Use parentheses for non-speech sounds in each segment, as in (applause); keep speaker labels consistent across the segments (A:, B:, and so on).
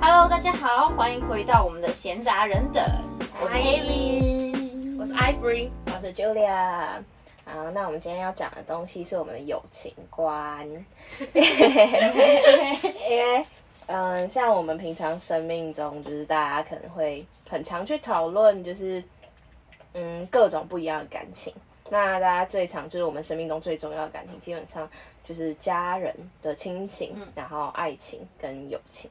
A: Hello，大家好，欢迎回到我们的闲杂人等，我是
B: 嗨
A: Haley，
B: 我是 Ivory，
C: 我是 Julia。好，那我们今天要讲的东西是我们的友情观，因为嗯，像我们平常生命中，就是大家可能会很常去讨论，就是嗯各种不一样的感情。那大家最常就是我们生命中最重要的感情，基本上就是家人的亲情，
B: 嗯
C: 然后爱情跟友情。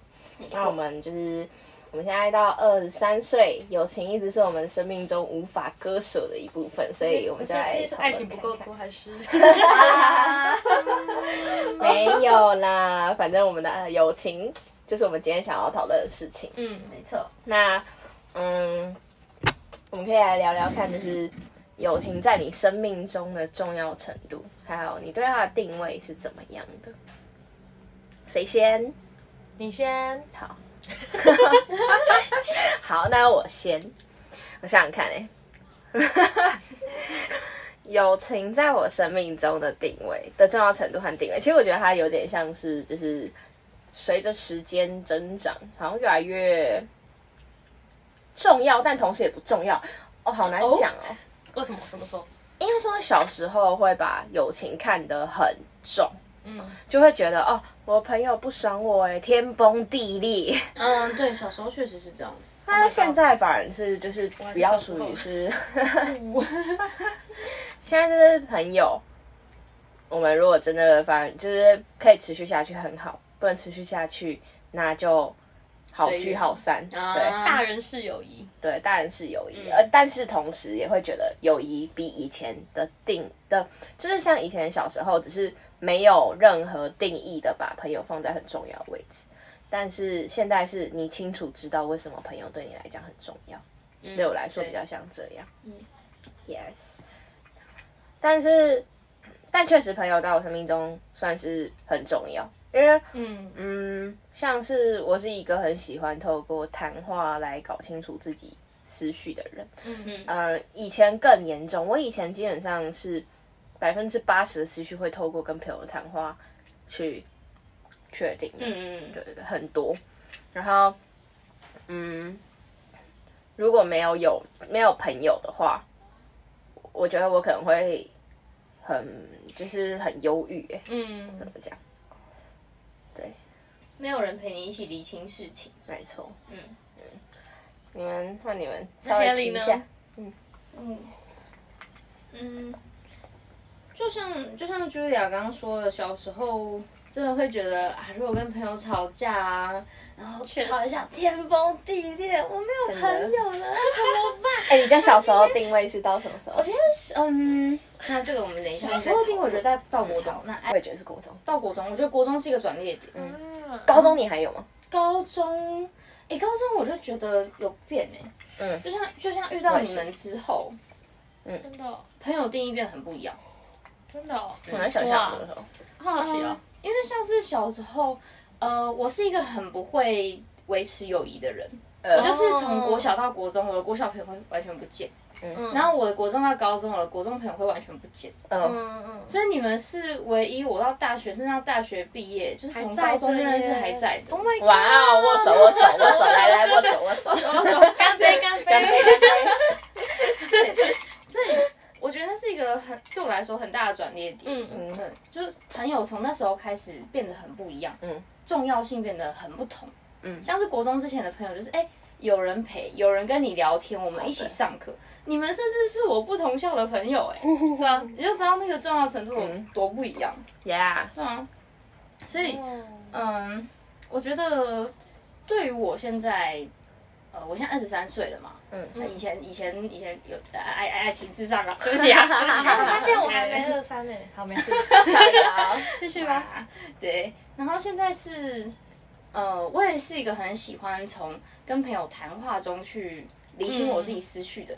C: 那我们就是我们现在到二十三岁，友情一直是我们生命中无法割舍的一部分，所以我们
B: 是
C: 再来
B: 是是爱情不
C: 讨
B: 够
C: 论看看
B: 多还
A: (laughs)
B: 是？
C: (laughs) 没有啦，反正我们的呃友情就是我们今天想要讨论的事情。
B: 嗯，
A: 没错，
C: 那嗯，我们可以来聊聊看，就是友情在你生命中的重要程度，还有你对它的定位是怎么样的。谁先？
B: 你先，
C: 好， (laughs) 好，那我先，我想想看、欸， (laughs) 友情在我生命中的定位的重要程度和定位，其实我觉得它有点像是，就是随着时间增长，好像越来越重要，但同时也不重要。哦，好难
B: 哦
C: 讲哦。
B: 为什么这么说？
C: 应该说小时候会把友情看得很重，
B: 嗯
C: 就会觉得哦，我朋友不爽我哎，天崩地
B: (laughs)
C: 裂。
A: 嗯，对，小时候确实是这样子，
C: 但是现在反而是就是比较属于是， (laughs) 现在就是朋友，我们如果真的反而就是可以持续下去很好，不能持续下去那就好
B: 随
C: 聚
B: 缘
C: 好散。对
A: 啊
B: 大人是友谊，
C: 对，大人是友谊，呃，但是同时也会觉得友谊比以前的定的，就是像以前小时候只是没有任何定义的把朋友放在很重要的位置。但是现在是你清楚知道为什么朋友对你来讲很重要。
B: 嗯
C: 对我来说比较像这样。嗯，yes。但是，但确实朋友在我生命中算是很重要，因为
B: 嗯
C: 嗯，像是我是一个很喜欢透过谈话来搞清楚自己思绪的人。
B: 嗯
C: 呃，以前更严重，我以前基本上是百分之八十的思绪会透过跟朋友谈话去确定。嗯
B: 嗯
C: 对对对，很多。然后，嗯，如果没有有没有朋友的话，我觉得我可能会很就是很忧郁、欸，
B: 嗯
C: 怎么讲？
A: 没有人陪你一起理清事情。
C: 没错，
A: 嗯
C: 你们换你们
B: 那
C: 稍微
B: Haley
C: 提一
B: 呢
C: 下，
A: 嗯嗯，就像就像 Julia 刚刚说的，小时候真的会觉得啊，如果跟朋友吵架啊，然后
B: 实
A: 吵一下天崩地裂，我没有
C: 真
A: 朋
C: 的
A: 友了，怎么办？
C: 嗯 (laughs) 哎、你这样小时候定位是到什么时候？我
A: 我觉得是嗯，那这个我们等一下。小时候听，我觉得在到国中，那哎
C: 我也觉得是国中，
A: 到国中，我觉得国中是一个转捩点。嗯，
C: 高中你还有吗？
A: 高中，哎、高中我就觉得有变哎、
C: 嗯
A: 就像就像遇到
C: 我也
A: 你
C: 是
A: 们之后，
B: 真的
A: 朋友定义变得很不一样。
B: 真的，
C: 我能想
A: 啊
C: 象的时候，
B: 好奇哦，
A: 因为像是小时候，呃，我是一个很不会维持友谊的人，
C: 呃，
A: 就
B: 哦
C: 就是
A: 是从国小到国中，我的国小朋友会完全不见，
B: 嗯
A: 然后我的国中到高中，我的国中朋友会完全不见，
C: 嗯，
B: 嗯嗯，
A: 所以你们是唯一我到大学，甚至到大学毕业，就是从
B: 还在
A: 高中
B: 的
A: 就认识
B: 耶 Oh
A: 还在的。
B: my
C: 哇哦，握手握手握手，来来握手握手，
A: (laughs) 我说干杯，干杯，
C: 干杯干杯。
A: 所以我觉得那是一个很对我来说很大的转捩点。
B: 嗯嗯
A: 对，就是朋友从那时候开始变得很不一样，
C: 嗯
A: 重要性变得很不同。
C: 嗯
A: 像是国中之前的朋友，就是哎、有人陪，有人跟你聊天，我们一起上课。你们甚至是我不同校的朋友、
C: (laughs)
A: 哎，
B: 对啊，
A: 你就知道那个重要程度有
C: 嗯
A: 多不一样。
C: ，Yeah，
A: 对啊，所以
C: 哦
A: 嗯，我觉得对于我现在，呃，我现在二十三岁了嘛，
C: 嗯
A: 那以前以前以前有呃爱爱爱情至上啊，对不起啊，对不起、
C: (laughs)
A: 啊，
B: 发现我还没二三呢，
A: (laughs)
B: 好没事，继续吧。
A: 对，然后现在是，呃，我也是一个很喜欢从跟朋友谈话中去理清我自
B: 嗯
A: 己思绪的。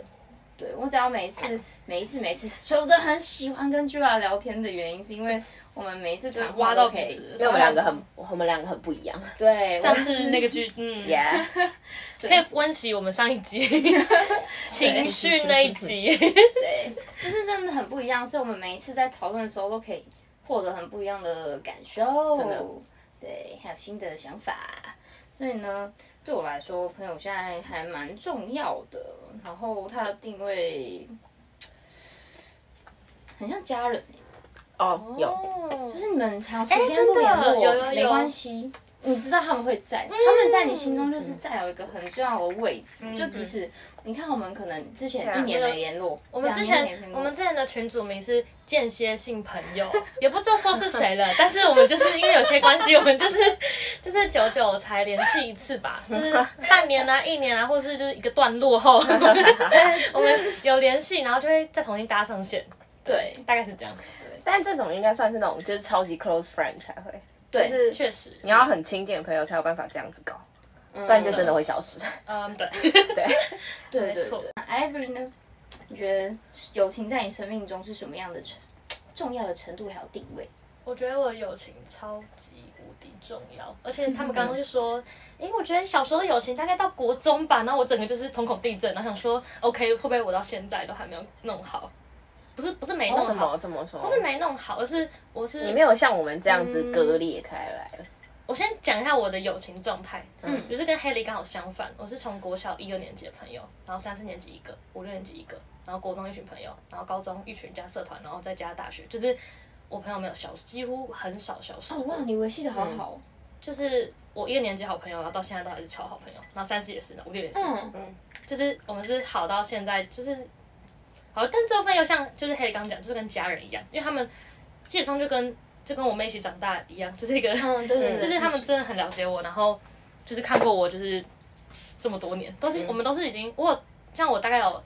A: 对我只要每一次每一次每一次，所以我真的很喜欢跟 Jula 聊天的原因，是因为我们每一次谈话
B: 挖
A: 都
B: 到
A: 可以
B: 彼此
C: 因为我们两个很，我们两个很不一
B: (laughs)
C: 样
A: 对，
B: 上
A: 我
B: 次那个剧，嗯，
D: 哎
C: ，Yeah，
B: 可以温习我们上一
A: (laughs)
B: 集情绪那一集。
A: 对，就是真的很不一样，所以我们每一次在讨论的时候都可以获得很不一样的感受
C: 真的，
A: 对，还有新的想法。所以呢，对我来说，朋友现在还蛮重要的。然后他的定位嗯很像家人欸、
D: 哦，有，
B: 哦
A: 就是你们长时间不联
B: 真的
A: 络，
B: 有有有
A: 没关系。你知道他们会在，他们在你心中就是占有一个很重要的位置。就即
B: 嗯
A: 使你看，我们可能之前一年
B: 那个
A: 没联络，我
B: 啊我们之前我们之前的群组名是间歇性朋友， (laughs) 也不知道说是谁了，但是我们就是因为有些关系，我们就是 (laughs) 就是久久才联系一次吧，就是半年啊、一年啊，或是就是一个段落后， (laughs) 我们有联系，然后就会再重新搭上线。对，大概是这样。
D: 但这种应该算是那种就是超级 close friend 才会，
A: 对，
D: 就是
B: 确实，你
D: 你要很亲近的朋友才有办法这样子搞，不然就真的会消失。
B: 嗯，对，
D: 对，
A: 对对
B: 错
A: 对。那 Ivory 呢？你觉得友情在你生命中是什么样的程重要的程度还有定位？
B: 我觉得我的友情超级无敌重要，而且他们刚刚就说，诶、我觉得小时候的友情大概到国中吧，然后我整个就是瞳孔地震，然后想说，OK，会不会我到现在都还没有弄好？不是不是没弄
D: (laughs) 为什
B: 好，
D: 么这么说？
B: 不是没弄好，而是我是
D: 你没有像我们这样子割裂开来了。
B: 我先讲一下我的友情状态，嗯，就是跟 Haley 刚好相反，我是从国小一二年级的朋友，然后三四年级一个，五六年级一个，然后国中一群朋友，然后高中一群加社团，然后再加大学，就是我朋友没有消失，几乎很少消失
A: 哦
B: 过。
A: 哇，你维系的好好哦，
B: 就是我一个年级好朋友，然后到现在都还是超好朋友，然后三四也是，五六也是，
A: 嗯
B: 就是我们是好到现在，就是好，但这部分又像就是黑刚讲，就是跟家人一样，因为他们基本上就跟就跟我妹一起长大一样，就是一个，
A: 嗯，对对对，
B: 就是他们真的很了解我，然后就是看过我就是这么多年，都
D: 嗯
B: 是、我们都是已经我有像我大概有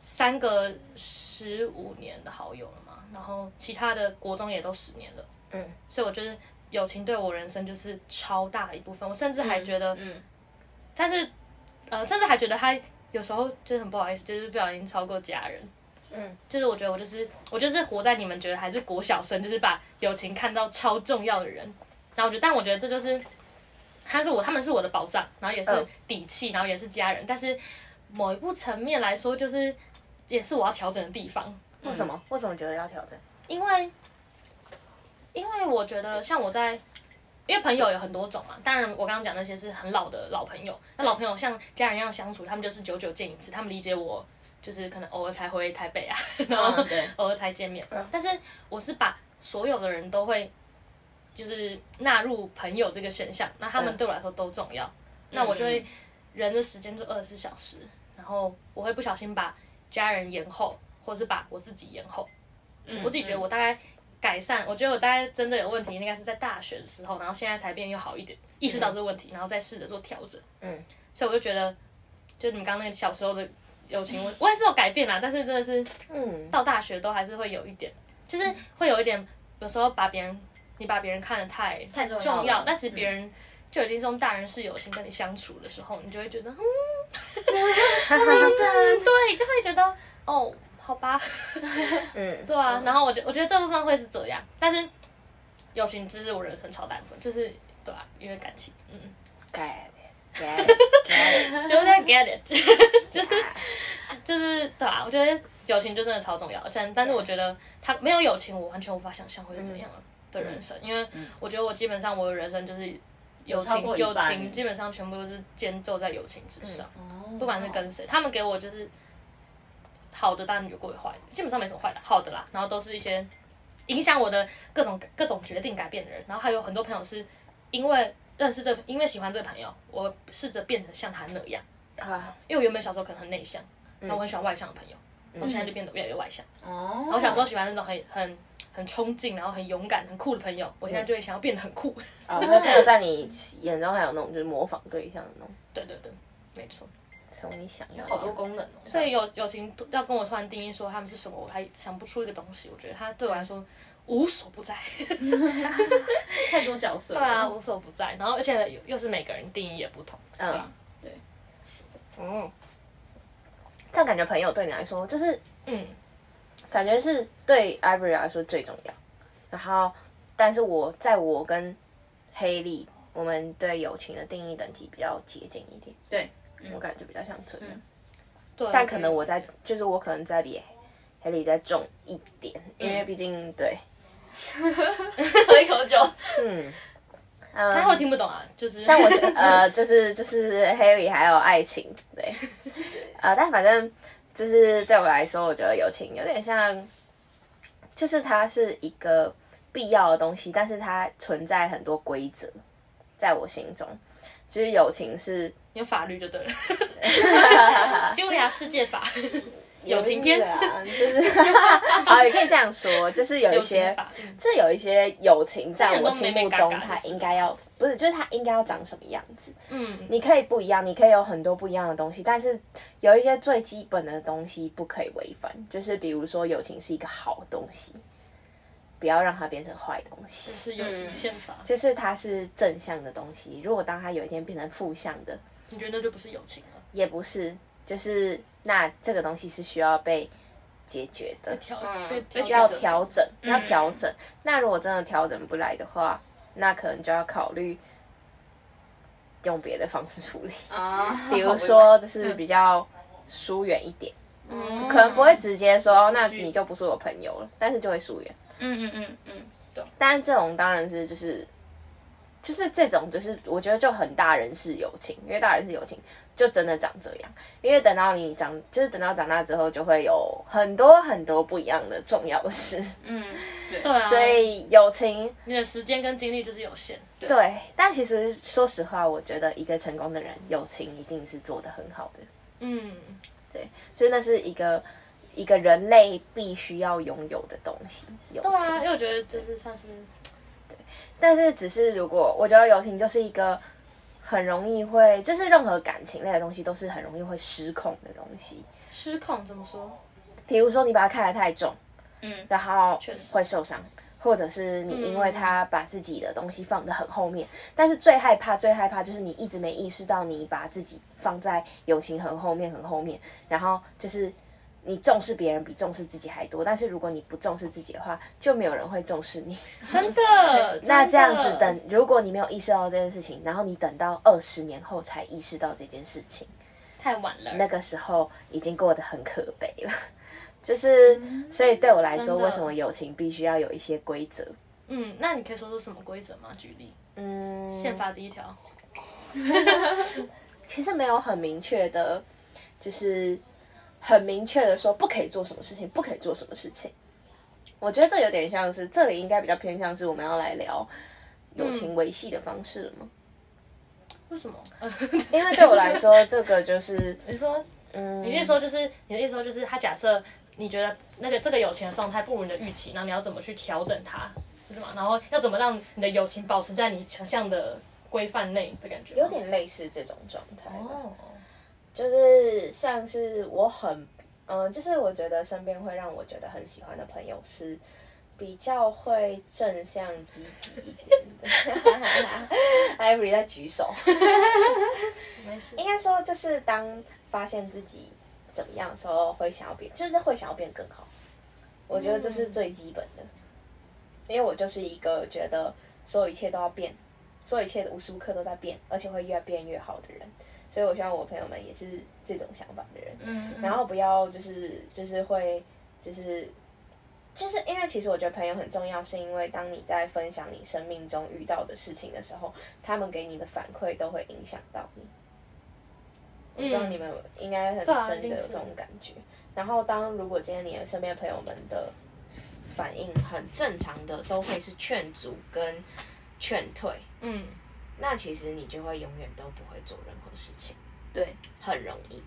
B: 三个十五年的好友了嘛，然后其他的国中也都十年了，
D: 嗯，
B: 所以我觉得友情对我人生就是超大一部分，我甚至还觉得，
D: 嗯，
B: 但是呃，甚至还觉得他有时候就是很不好意思，就是不小心超过家人。
D: 嗯，
B: 就是我觉得我就是我就是活在你们觉得还是国小生，就是把友情看到超重要的人。然后我觉得，但我觉得这就是他是我，他们是我的保障，然后也是
D: 嗯
B: 底气，然后也是家人。但是某一部层面来说，就是也是我要调整的地方。
D: 为什么？为什么觉得要调整？
B: 因为因为我觉得像我在，因为朋友有很多种嘛，当然我刚刚讲那些是很老的老朋友，那老朋友像家人一样相处，他们就是久久见一次，他们理解我，就是可能偶尔才回台北啊， (laughs) 然后
D: 嗯对嗯
B: 偶尔才见面，但是我是把所有的人都会。就是纳入朋友这个选项，那他们
D: 嗯
B: 对我来说都重要。那我就会人的时间就二十四小时，然后我会不小心把家人延后，或是把我自己延后。我自己觉得我大概改善，我觉得我大概真的有问题，应该是在大学的时候，然后现在才变又好一点，意识到这个问题，然后再试着做调整。
D: 嗯，
B: 所以我就觉得，就你们刚刚那个小时候的友情，我我也是有改变啦，但是真的是
D: 嗯，
B: 到大学都还是会有一点，就是会有一点，有时候把别人你把别人看得太
A: 太重
B: 重
A: 要
B: 要
A: 了，嗯
B: 那其实别人就已经是用大人式友情跟你相处的时候，你就会
A: (laughs)
B: 觉得，嗯，对，就会觉得哦，好吧，
D: 嗯
B: 对啊。然后我觉我觉得这部分会是这样，但是友情就是我人生超大部分，就是对啊，因为感情，嗯，
D: 改改改，
B: (laughs) 就是在 get it，就是就是对啊，我觉得友情就真的超重要，但但是我觉得他没有友情，我完全无法想象会是怎样的人生，因为我觉得我基本上我的人生就是友
D: 嗯超
B: 情，
D: 过一
B: 友
D: 半
B: 情基本上全部都是建构在友情之上。
A: 哦
B: 不管是跟谁，他们给我就是好的，当然有过有坏的，基本上没什么坏的，好的啦。然后都是一些影响我的各种各种决定改变的人。然后还有很多朋友是因为认识这个，因为喜欢这个朋友，我试着变成像他那样。
D: 啊，
B: 因为我原本小时候可能很内向，然后我很喜欢外向的朋友，我现在就变得越来越外向。
A: 哦，
B: 然后小时候喜欢那种很很很冲劲，然后很勇敢、很酷的朋友，我现在就会想要变得很酷。 (laughs)
D: 哦，那朋友在你眼中还有那种就是模仿对象的那种，
B: 对对对，没错。
D: 从你想要的
A: 好多功能哦，
B: 所以友友情要跟我突然定义说他们是什么，我还想不出一个东西。我觉得他对我来说无
C: (laughs)
B: 所不在，
A: 太多角色
B: 对啊，
A: 了。
B: 无所不在。然后而且又又是每个人定义也不同，对啊，
D: 嗯，这样感觉朋友对你来说就是
B: 嗯，
D: 感觉是对 Ivory 来说最重要。然后，但是我在我跟黑莉，我们对友情的定义等级比较接近一点。
A: 对，啊
D: 我感觉比较像这样。
B: 嗯对。啊
D: 但可能我在，就是我可能在比黑莉再重一
B: 嗯
D: 点，因为毕竟对，
A: 喝一口酒，
D: 嗯，
C: 嗯
B: 还好我听不懂啊，就是。
C: 但
B: (laughs)
C: 我觉得呃，就是就是 Harry 还有爱情，对，呃，但反正就是对我来说，我觉得友情有点像，就是它是一个必要的东西，但是它存在很多规则，在我心中，就是友情是
B: 有法律就对了，
C: (laughs)
B: 《优雅啊世界法》友情篇
C: 对啊，就是啊，也可以这样说，就是啊有一
B: 友
C: 些
B: 情法，嗯
C: 就有一些友情，在
B: 人
C: 我
B: 都
C: 心
B: 美
C: 目
B: 美嘎
C: 中，
B: 嘎
C: 它
B: 就是
C: 应该要不是，就是它应该要长什么样子。
B: 嗯，
C: 你可以不一样，你可以有很多不一样的东西，但是有一些最基本的东西不可以违反，就是比如说友情是一个好东西，不要让它变成坏东 (laughs) 西，
B: 是友情宪法，
C: 就是它是正向的东西。如果当它有一天变成负向的，
B: 你觉得那就不是友情了，
C: 也不是，就是那这个东西是需要被解决的，
B: 调
A: 嗯
B: 被
A: 被
C: 要
B: 调整
C: 调整，要调整。那如果真的调整不来的话，那可能就要考虑用别的方式处理。
A: 啊，
C: 比如说就是比较疏远一点，
A: 嗯，
B: 嗯
A: 可
C: 可能不会直接说、
B: 嗯
C: 那你就不是我朋友了，但是就会疏远。
A: (laughs) 嗯嗯嗯嗯，
C: 但是这种当然是就是就是这种就是我觉得就很大人是友情，因为大人是友情就真的长这样，因为等到你长就是等到长大之后就会有很多很多不一样的重要的事，
A: 嗯，
B: 对啊，
C: 所以友情
B: 你的时间跟精力就是有限，对，
C: 对，但其实说实话，我觉得一个成功的人友情一定是做得很好的。
B: 嗯，
C: 所以那是一个一个人类必须要拥有的东西，友
B: 对啊，因
C: 情。
B: 为我觉得就是像是
C: 但是只是如果我觉得友情就是一个很容易会，就是任何感情类的东西都是很容易会失控的东西。
B: 失控，怎么说？
C: 比如说你把它看得太重，
A: 嗯
C: 然后
B: 确实
C: 会受伤。或者是你因为他把自己的东西放得很后面，但是最害怕、最害怕就是你一直没意识到你把自己放在友情很后面、很后面，然后就是你重视别人比重视自己还多，但是如果你不重视自己的话，就没有人会重视你。
B: 真的，
C: 那
B: 真的
C: 这样子等，如果你没有意识到这件事情，然后你等到二十年后才意识到这件事情，
B: 太晚了，
C: 那个时候已经过得很可悲了。 (laughs) 就是，所以对我来说，
B: 嗯真的
C: 为什么友情必须要有一些规则？
B: 嗯，那你可以说出什么规则吗？举例，
C: 嗯，
B: 宪法第一条，
C: 其实没有很明确的，就是很明确的说不可以做什么事情，不可以做什么事情。我觉得这有点像是，这里应该比较偏向是我们要来聊友情维系的方式了
B: 哦
C: 吗？
B: 为什
C: (laughs)
B: 么？
C: 因为对我来说，这个就是
B: 你说，
C: 嗯，
B: 你的意思说就是你的意思说就是他假设你觉得那个这个友情的状态不如你的预期，然后你要怎么去调整它，是什么？然后要怎么让你的友情保持在你想象的规范内的感觉？
C: 有点类似这种状态吧
B: 哦，
C: 就是像是我很，嗯、就是我觉得身边会让我觉得很喜欢的朋友是比较会正向积极一点的。Ivory 在举手，
B: 没事
C: 应，该说就是当发现自己怎么样的时候，会想要变，就是会想要变更好。我觉得这是最基本的，因为我就是一个觉得所有一切都要变，所有一切无时无刻都在变，而且会越变越好的人。所以我希望我朋友们也是这种想法的人。
B: 嗯，
C: 然后不要就是就是会就是就是因为其实我觉得朋友很重要，是因为当你在分享你生命中遇到的事情的时候，他们给你的反馈都会影响到你。我不知道你们应该很
B: 对啊
C: 深的
B: 一定
C: 有
B: 是
C: 这种感觉。然后当如果今天你的身边朋友们的反应很正常的，都会是劝阻跟劝退，
B: 嗯，
C: 那其实你就会永远都不会做任何事情。
A: 对，
C: 很容易。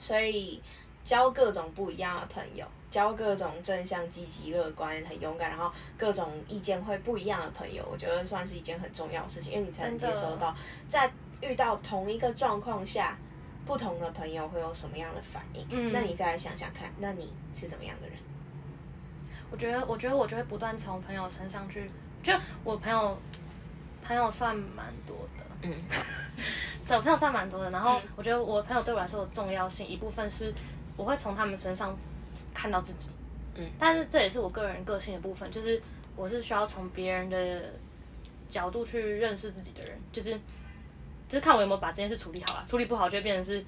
C: 所以交各种不一样的朋友，交各种正向、积极、乐观、很勇敢，然后各种意见会不一样的朋友，我觉得算是一件很重要的事情，因为你才能
B: 真
C: 接
B: 的
C: 收到在遇到同一个状况下。不同的朋友会有什么样的反应？
B: 嗯
C: 那你再来想想看，那你是怎么样的人？
B: 我觉得，我觉得我就会不断从朋友身上去，就我朋友朋友算蛮多的，
C: 嗯，
B: (laughs) 对，我朋友算蛮多的。然后
A: 嗯
B: 我觉得我朋友对我来说的重要性，一部分是我会从他们身上看到自己，
C: 嗯，
B: 但是这也是我个人个性的部分，就是我是需要从别人的角度去认识自己的人，就是就是看我有没有把这件事处理好啊，处理不好就会变成是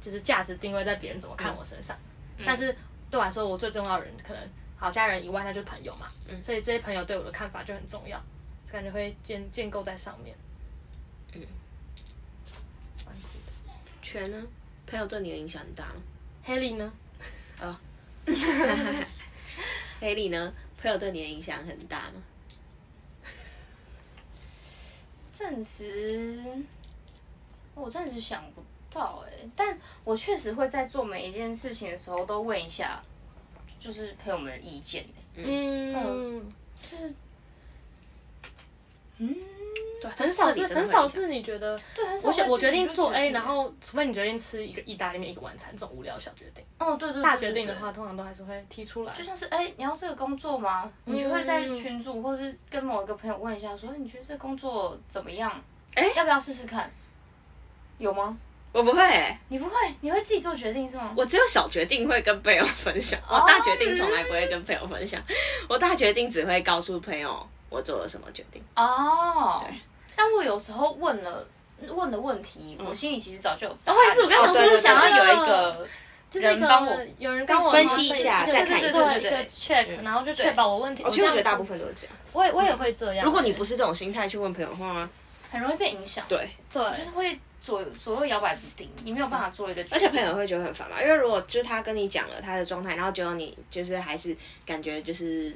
B: 就是价值定位在别人怎么
C: 嗯
B: 看我身上。但是对我来说，我
C: 嗯
B: 最重要的人可能好家人以外，那就是朋友嘛。所以这些朋友对我的看法就很重要。感觉会建建构在上面。
C: 嗯全呢？朋友对你的影响很大吗？
B: Haley 呢？
C: 黑莉呢？朋友对你的影响很大吗？
A: 暂时，我暂时哦想不到哎、但我确实会在做每一件事情的时候都问一下，就是朋友们的意见、欸、
B: 嗯，
C: 对啊，
B: 很少是
C: 这里真的
B: 很
C: 会
B: 少
C: 影响
B: 是你觉得，
A: 对，很少
B: 我
A: 会
B: 选我
A: 自己
B: 决定
A: 就
B: 做 A，
A: 定
B: 然后除非你决定吃一个意大利面一个晚餐这种无聊小决定，
A: 哦对对对
B: 大
A: 对
B: 决定的
A: 对
B: 话通常都还是会提出来
A: 就。像是哎、你要这个工作吗？
B: 嗯
A: 你就会在群组或是跟某一个朋友问一下说，你觉得这个工作怎么样？哎、要不要试试看？有吗？
C: 我不会欸、
A: 你不会，你会自己做决定是吗？
C: 我只有小决定会跟朋友分享，我大决定从来不会跟朋友分享。我大决定只会告诉朋友我做了什么决定。
A: 哦，但我有时候问了问的问题，我心里其实早就有答案。哦
B: 我也是我刚
C: 想
A: 只是
C: 说
A: 想要有一
B: 真
A: 个
B: 就是
A: 人
B: 一个
A: 帮我
B: 有人帮我
C: 分析一下
B: 对
C: 再看一
B: 对
C: 次
B: 对对
A: 对对
B: 对一个 check，然后就确保我问题。
C: 哦其实我觉得大部
B: 分，
C: 分都是这样。
B: 我也我也会这样。
C: 如果你不是这种心态去问朋友的话，
A: 很容易被影响，
C: 对，
B: 对
A: 就是会左左右摇摆不定，你没有办法做一个决定。
C: 而且朋友会觉得很烦嘛，因为如果就是他跟你讲了他的状态，然后结果你就是还是感觉就是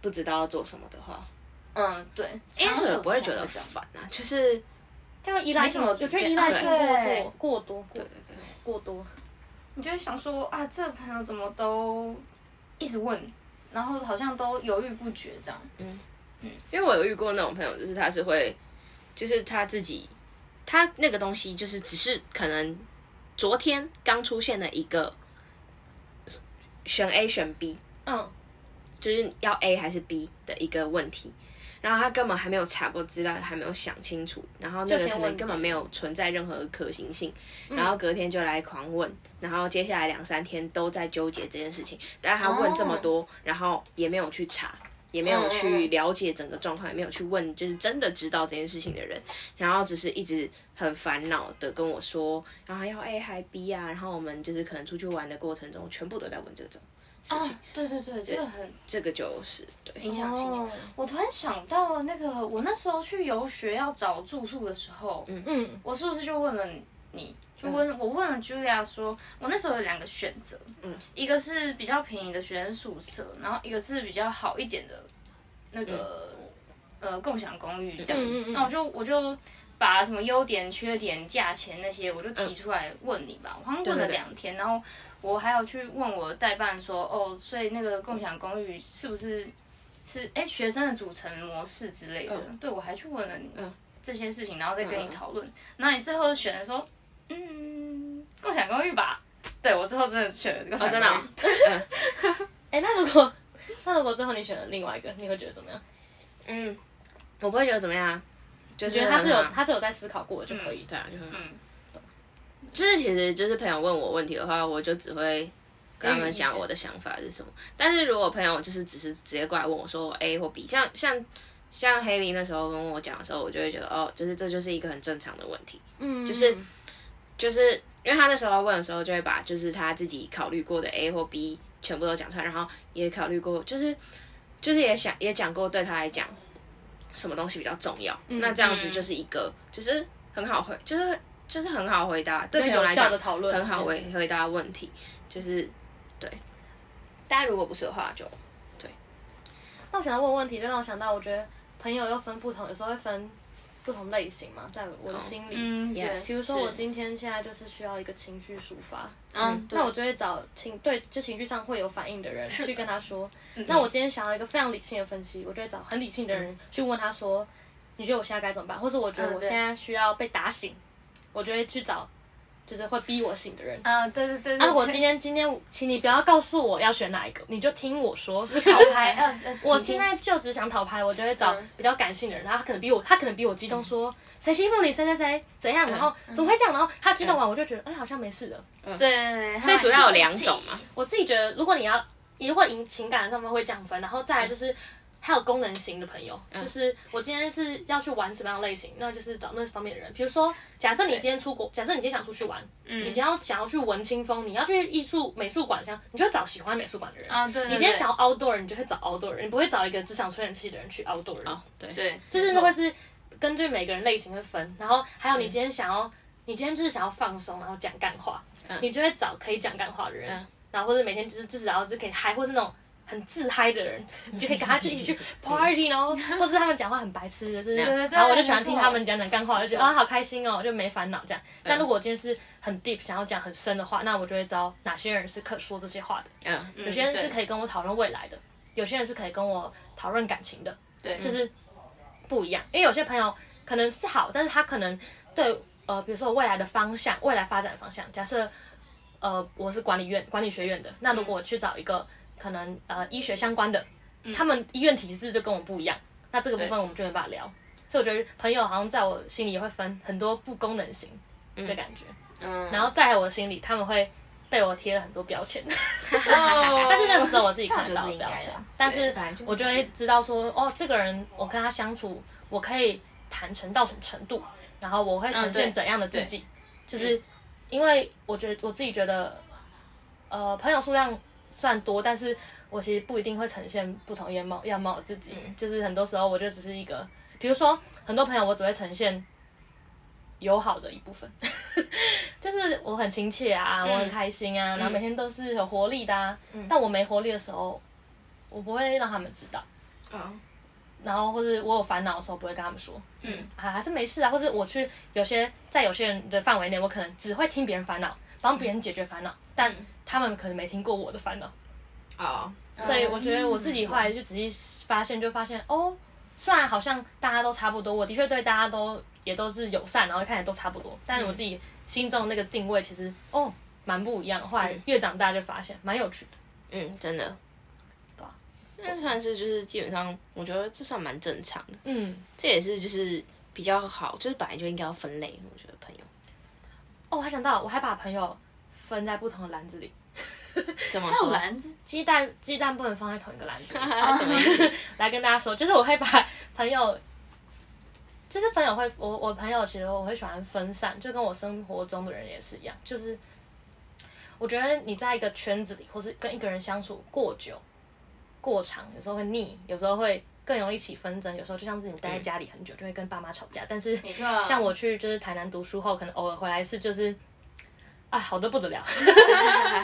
C: 不知道要做什么的话，
A: 嗯，对，
C: 因为我不会觉得
A: 常常
C: 烦啊，就是
B: 这样依赖性，
A: 没什么
B: 我觉得依赖性过
A: 对
B: 多过多过
C: 对对，
B: 过多。
A: 你就会想说啊，这个朋友怎么都一直问，然后好像都犹豫不决这样。
C: 因为我有遇过那种朋友，就是他是会，就是他自己，他那个东西就是只是可能昨天刚出现的一个选 A 选 B，
B: 嗯，
C: 就是要 A 还是 B 的一个问题，然后他根本还没有查过资料，还没有想清楚，然后那个
B: 就先
C: 可
B: 问
C: 能根本没有存在任何可行性，然后隔天就来狂问，然后接下来两三天都在纠结这件事情，但是他问这么多，然后也没有去查。也没有
A: 嗯嗯
C: 去
A: 嗯
C: 了解整个状况，也没有去问，就是真的知道这件事情的人，然后只是一直很烦恼的跟我说，然后要 A 还 B 啊，然后我们就是可能出去玩的过程中，全部都在问这种事情，哦
A: 啊，对对对，这个很
C: 这个就是对，
A: 影响心情。
B: 哦
A: 我突然想到那个，我那时候去游学要找住宿的时候，
B: 嗯，
A: 我是不是就问了你？就问、我问了 Julia 说，我那时候有两个选择，嗯，一个是比较便宜的学生宿舍，然后一个是比较好一点的那个、呃共享公寓这样。
B: 嗯嗯嗯嗯
A: 那我就我就把什么优点、缺点、价钱那些，我就
B: 嗯
A: 提出来问你吧。我好像问了
C: 对对
A: 两天，然后我还有去问我的代办说，哦，所以那个共享公寓是不是是哎、学生的组成模式之类的？
B: 嗯
A: 对我还去问了你。这些事情，然后再跟你讨论。那、你最后选的说，嗯，共享公寓吧。对我最后真的选了共享公寓。
C: 真的
B: 啊 (laughs)
C: 哦、
B: 哎，那如果那如果最后你选了另外一个，你会觉得怎么样？
C: 嗯，我不会觉得怎么样啊，就
B: 我
C: 是
B: 觉得他是有
C: 很好
B: 他是有在思考过的就可以。
C: 对啊，就很好。
A: 嗯
C: 就是其实就是朋友问我问题的话，我就只会跟他
B: 给
C: 们
B: 予意
C: 讲
B: 见
C: 我的想法是什么。但是如果朋友就是只是直接过来问我说 A 或 B，像像像黑林那时候跟我讲的时候，我就会觉得哦，就是这就是一个很正常的问题，
B: 嗯，
C: 就是就是因为他那时候问的时候，就会把就是他自己考虑过的 A 或 B 全部都讲出来，然后也考虑过，就是就是也想也讲过对他来讲什么东西比较重要。
B: 嗯
C: 那这样子就是一个就是很好回，就是就是很好回答，对朋友
B: 有
C: 来
B: 效
C: 讲
B: 的讨论
C: 很好
B: 这
C: 回
B: 件事
C: 回答问题，就是对。大家如果不是的话就，
B: 那我想要问问题，就让我想到，我觉得朋友又分不同，有时候会分不同类型嘛，在我的心里。
A: 嗯，对
C: Yes
B: 比如说，我今天现在就是需要一个情绪抒发，
A: 嗯，对
B: 那我就会找情对就情绪上会有反应的人去跟他说。
A: 嗯
B: 那我今天想要一个非常理性的分析，我就会找很理性的人去问他说：“你觉得我现在该怎么办？”或者我觉得
A: 嗯
B: 我
A: 对
B: 现在需要被打醒，我就会去找就是会逼我醒的人。
A: 啊，对对对。
B: 那、如果
A: 对
B: 今天今天，请你不要告诉我要选哪一个，你就听我说。
A: 讨牌，呃呃
B: 我
A: 请
B: 现在就只想讨拍，我就会找比较感性的人，然后他可能比我，他可能比我激动说，谁欺负你，谁谁谁怎样，然后怎么会这样，然后他激动完，我就觉得，哎，好像没事了。
A: 对嗯对对，
C: 所以主要有两种
A: 嘛。
C: 嘛，
B: 我自己觉得，如果你要，如果赢情感上面会降分，然后再来就是还有功能型的朋友，就是我今天是要去玩什么样的类型，那就是找那方面的人。比如说，假设你今天出国，假设你今天想出去玩，你今天要想要去文青风，你要去艺术美术馆，像你就会找喜欢美术馆的人。
A: 啊，对，
B: 你今天想要 outdoor，你就会找 outdoor 人，你不会找一个只想吹冷气的人去 outdoor 人。
C: 哦，对，
A: 对，
B: 就
A: 就是是
B: 那
A: 那
B: 会
A: 会
B: 是根据每个人类型会分，然后还有你今天想要，你今天就是想要放松，然后讲干话，你就会找可以讲干话的人，
C: 嗯
B: 然后或者每天就是至少是可以嗨，或是那种很自嗨的人，你就可以跟他去一起 (laughs) 去 party，然后或是他们讲话很白痴，就是，
A: 对对
B: 嗯然后我就
A: 没
B: 喜欢听
A: 错
B: 他们讲讲干话，我就觉得啊嗯好开心哦，就没烦恼这样。但如果我今天是很 deep 想要讲很深的话，那我就会找哪些人是可说这些话的，
C: 嗯，
B: 有些人是可
A: 以
B: 以跟我讨论未来的，有些人是可以跟我讨论感情的，
D: 嗯
A: 对，
B: 就是不一样。因为有些朋友可能是好，但是他可能对呃，比如说我未来的方向、未来发展方向，假设呃我是管理院、管理学院的，那如果我去找一个可能呃医学相关的，
D: 嗯
B: 他们医院体制就跟我不一样，那这个部分我们就没办法聊。所以我觉得朋友好像在我心里也会分很多不功能型的感觉，
A: 嗯，
B: 然后在我心里他们会被我贴了很多标签。
A: 但
B: (laughs) (laughs) 但是那个只有我自己哦看得到的
D: 哦那
B: 标
D: 我就是应该
B: 签
D: 的，
B: 但是
D: 本来就是
B: 我就会知道说，哦，这个人我跟他相处，我可以坦诚到什么程度，然后我会呈现
A: 嗯对嗯
B: 怎样的自己，就是因为我觉得我自己觉得，呃，朋友数量算多，但是我其实不一定会呈现不同样貌样貌的自己，
A: 嗯
B: 就是很多时候我就只是一个，比如说很多朋友我只会呈现友好的一部分， (laughs) 就是我很亲切啊，我
A: 嗯
B: 很开心啊，然后每天都是有活力的啊。但我没活力的时候，我不会让他们知道，哦
D: 嗯
B: 然后或是我有烦恼的时候不会跟他们说，
A: 嗯
B: 啊还是没事啊，或是我去有些在有些人的范围内，我可能只会听别人烦恼，帮别人解决烦恼，但他们可能没听过我的烦恼。
D: 哦，
B: 所以我觉得我自
A: 嗯
B: 己后来就仔细发现，就发现哦，虽然好像大家都差不多，我的确对大家都也都是友善，然后看起来都差不多，但是我自己心中的那个定位其实哦蛮不一样。后来越长大就发现哦蛮有趣的，
C: 嗯，真的，
B: 对啊
C: 那算是就是基本上，我觉得这算蛮正常的，
B: 嗯，
C: 这也是就是比较好，就是本来就应该要分类，我觉得朋友
B: 哦，我还想到我还把朋友分在不同的篮子里，
C: 怎么
A: 还
C: (laughs)
A: 有
C: 说？
A: 篮子，
B: 鸡蛋鸡蛋不能放在同一个篮子里。 (laughs)
C: 什么意思？
B: 来跟大家说，就是我会把朋友，就是朋友会，我我朋友其实我会喜欢分散，就跟我生活中的人也是一样，就是我觉得你在一个圈子里，或是跟一个人相处过久、过长，有时候会腻，有时候会更容易起纷争，有时候就像是你待在家里很久，就会跟爸妈吵架，但是
A: 没错，
B: 像我去就是台南读书后，可能偶尔回来一次，就是啊，好的不得了。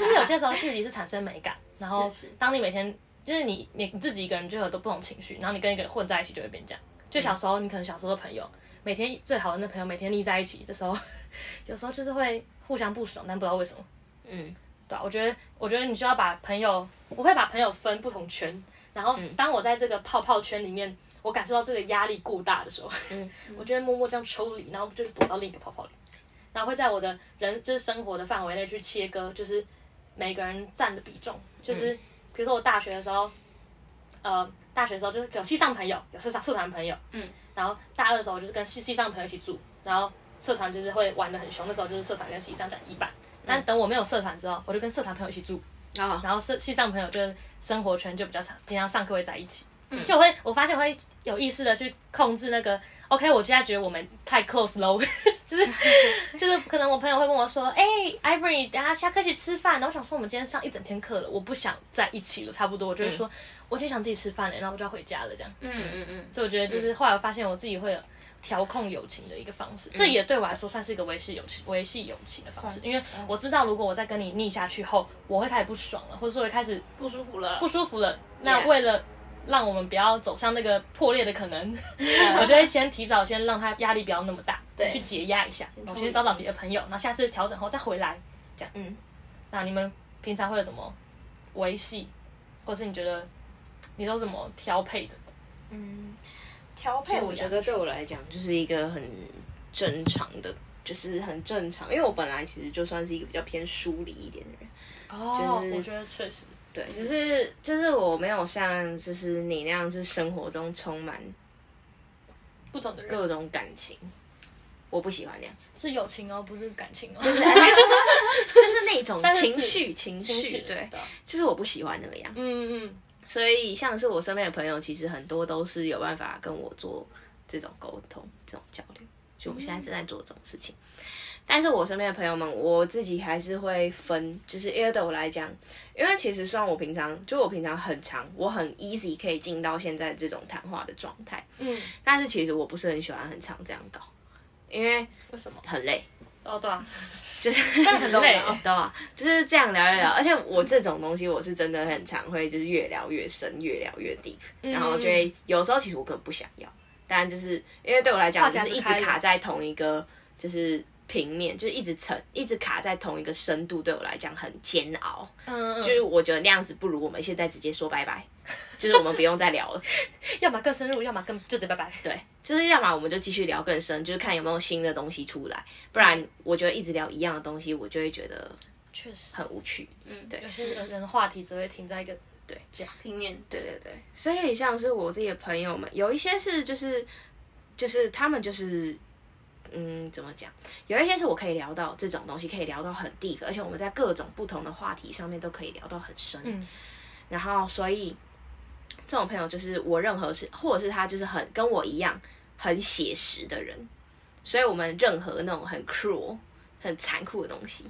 B: 就是有些时候自己是产生美感，然后
A: 是是
B: 当你每天就是你你你自己一个人就有很多不同情绪，然后你跟一个人混在一起就会变这样。就
A: 嗯
B: 小时候你可能小时候的朋友，每天最好的那朋友每天腻在一起的时候， (laughs) 有时候就是会互相不爽，但不知道为什么。
C: 嗯，
B: 对啊，我觉得我觉得你需要把朋友，我会把朋友分不同圈，然后
A: 嗯
B: 当我在这个泡泡圈里面，我感受到这个压力过大的时候，
A: 嗯
B: (laughs) 我就会默默这样抽离，然后就躲到另一个泡泡里，然后会在我的人就是生活的范围内去切割，就是每个人占的比重，就是比如说我大学的时候，呃，大学的时候就是有系上朋友，有社社团朋友，嗯，然后大二的时候就是跟系系上朋友一起住，然后社团就是会玩的很凶，那时候就是社团跟系上占一半。但等我没有社团之后，我就跟社团朋友一起住，
C: 哦
B: 然后社系上朋友就是生活圈就比较常，平常上课会在一起，就我会我发现我会有意识的去控制那个，OK，我现在觉得我们太 close 喽，就是就是可能我朋友会问我说，哎、i v o r y 等下下课去吃饭，然后我想说我们今天上一整天课了，我不想在一起了，差不多，我就会说、我今天想自己吃饭了，然后我就要回家了这样，
A: 嗯嗯嗯，
B: 所以我觉得就是后来我发现我自己会有调控友情的一个方式，这也对我来说算是一个维系友情、维系友情的方式，因为我知道如果我再跟你逆下去后，我会开始不爽了，或者说我会开始
A: 不舒服了，
B: 不舒服了。那
A: Yeah
B: 为了让我们不要走向那个破裂的可能， (laughs) 我就会先提早先让他压力不要那么大，
A: 对
B: 去解压一下。
A: 先处
B: 我
A: 理
B: 先找找别的朋友，然后下次调整后再回来，这样。
D: 嗯，
B: 那你们平常会有什么维系，或是你觉得你都怎么调配的？
D: 调配
C: 我觉得对我来讲就是一个很正常的，就是很正常，因为我本来其实就算是一个比较偏疏离一点的人，
B: 哦
C: 就是
B: 我觉得确实，
C: 对，就是就是我没有像就是你那样，就是生活中充满
B: 不懂的人
C: 各种感情，我不喜欢那样，
B: 是友情哦，不是感情 (laughs) 哦。
C: 就是那种
B: 但是
C: 情
B: 是
C: (laughs) 绪情
B: 情绪
C: 绪，对，
B: 的
C: 就是我不喜欢那个样。
B: 嗯嗯，
C: 所以像是我身边的朋友，其实很多都是有办法跟我做这种沟通、这种交流。就我们现在正在做这种事情。但是我身边的朋友们，我自己还是会分，就是因为对我来讲，因为其实算我平常，就我平常很长，我很 easy 可以进到现在这种谈话的状态。
A: 嗯，
C: 但是其实我不是很喜欢很常这样搞，因为
B: 为什么？
C: 很累，
B: 哦，对啊，
C: 就是
B: 但很累啊
C: 懂吗？就是这样聊一聊，而且我这种东西，我是真的很常会就是越聊越深，越聊越 deep，然后就会有时候其实我根本不想要，但就是因为对我来讲，我就是一直卡在同一个就是平面，就是一直沉，一直卡在同一个深度，对我来讲很煎熬。
B: 嗯，
C: 就是我觉得那样子不如我们现在直接说拜拜，就是我们不用再聊了。
B: 要么更深入，要么更就直接拜拜。
C: 对，就是要么我们就继续聊更深，就是看有没有新的东西出来，不然我觉得一直聊一样的东西，我就会觉得
B: 确实，
C: 很无趣。
A: 嗯，
C: 对
B: 有些人的话题只会停在一个
A: 平面
C: 对对对，所以像是我自己的朋友们，有一些是就是就是他们就是。嗯，怎么讲？有一些是我可以聊到这种东西，可以聊到很 deep，而且我们在各种不同的话题上面都可以聊到很深。
B: 嗯，
C: 然后所以这种朋友就是我任何事，或者是他就是很跟我一样很写实的人，所以我们任何那种很 cruel、很残酷的东西，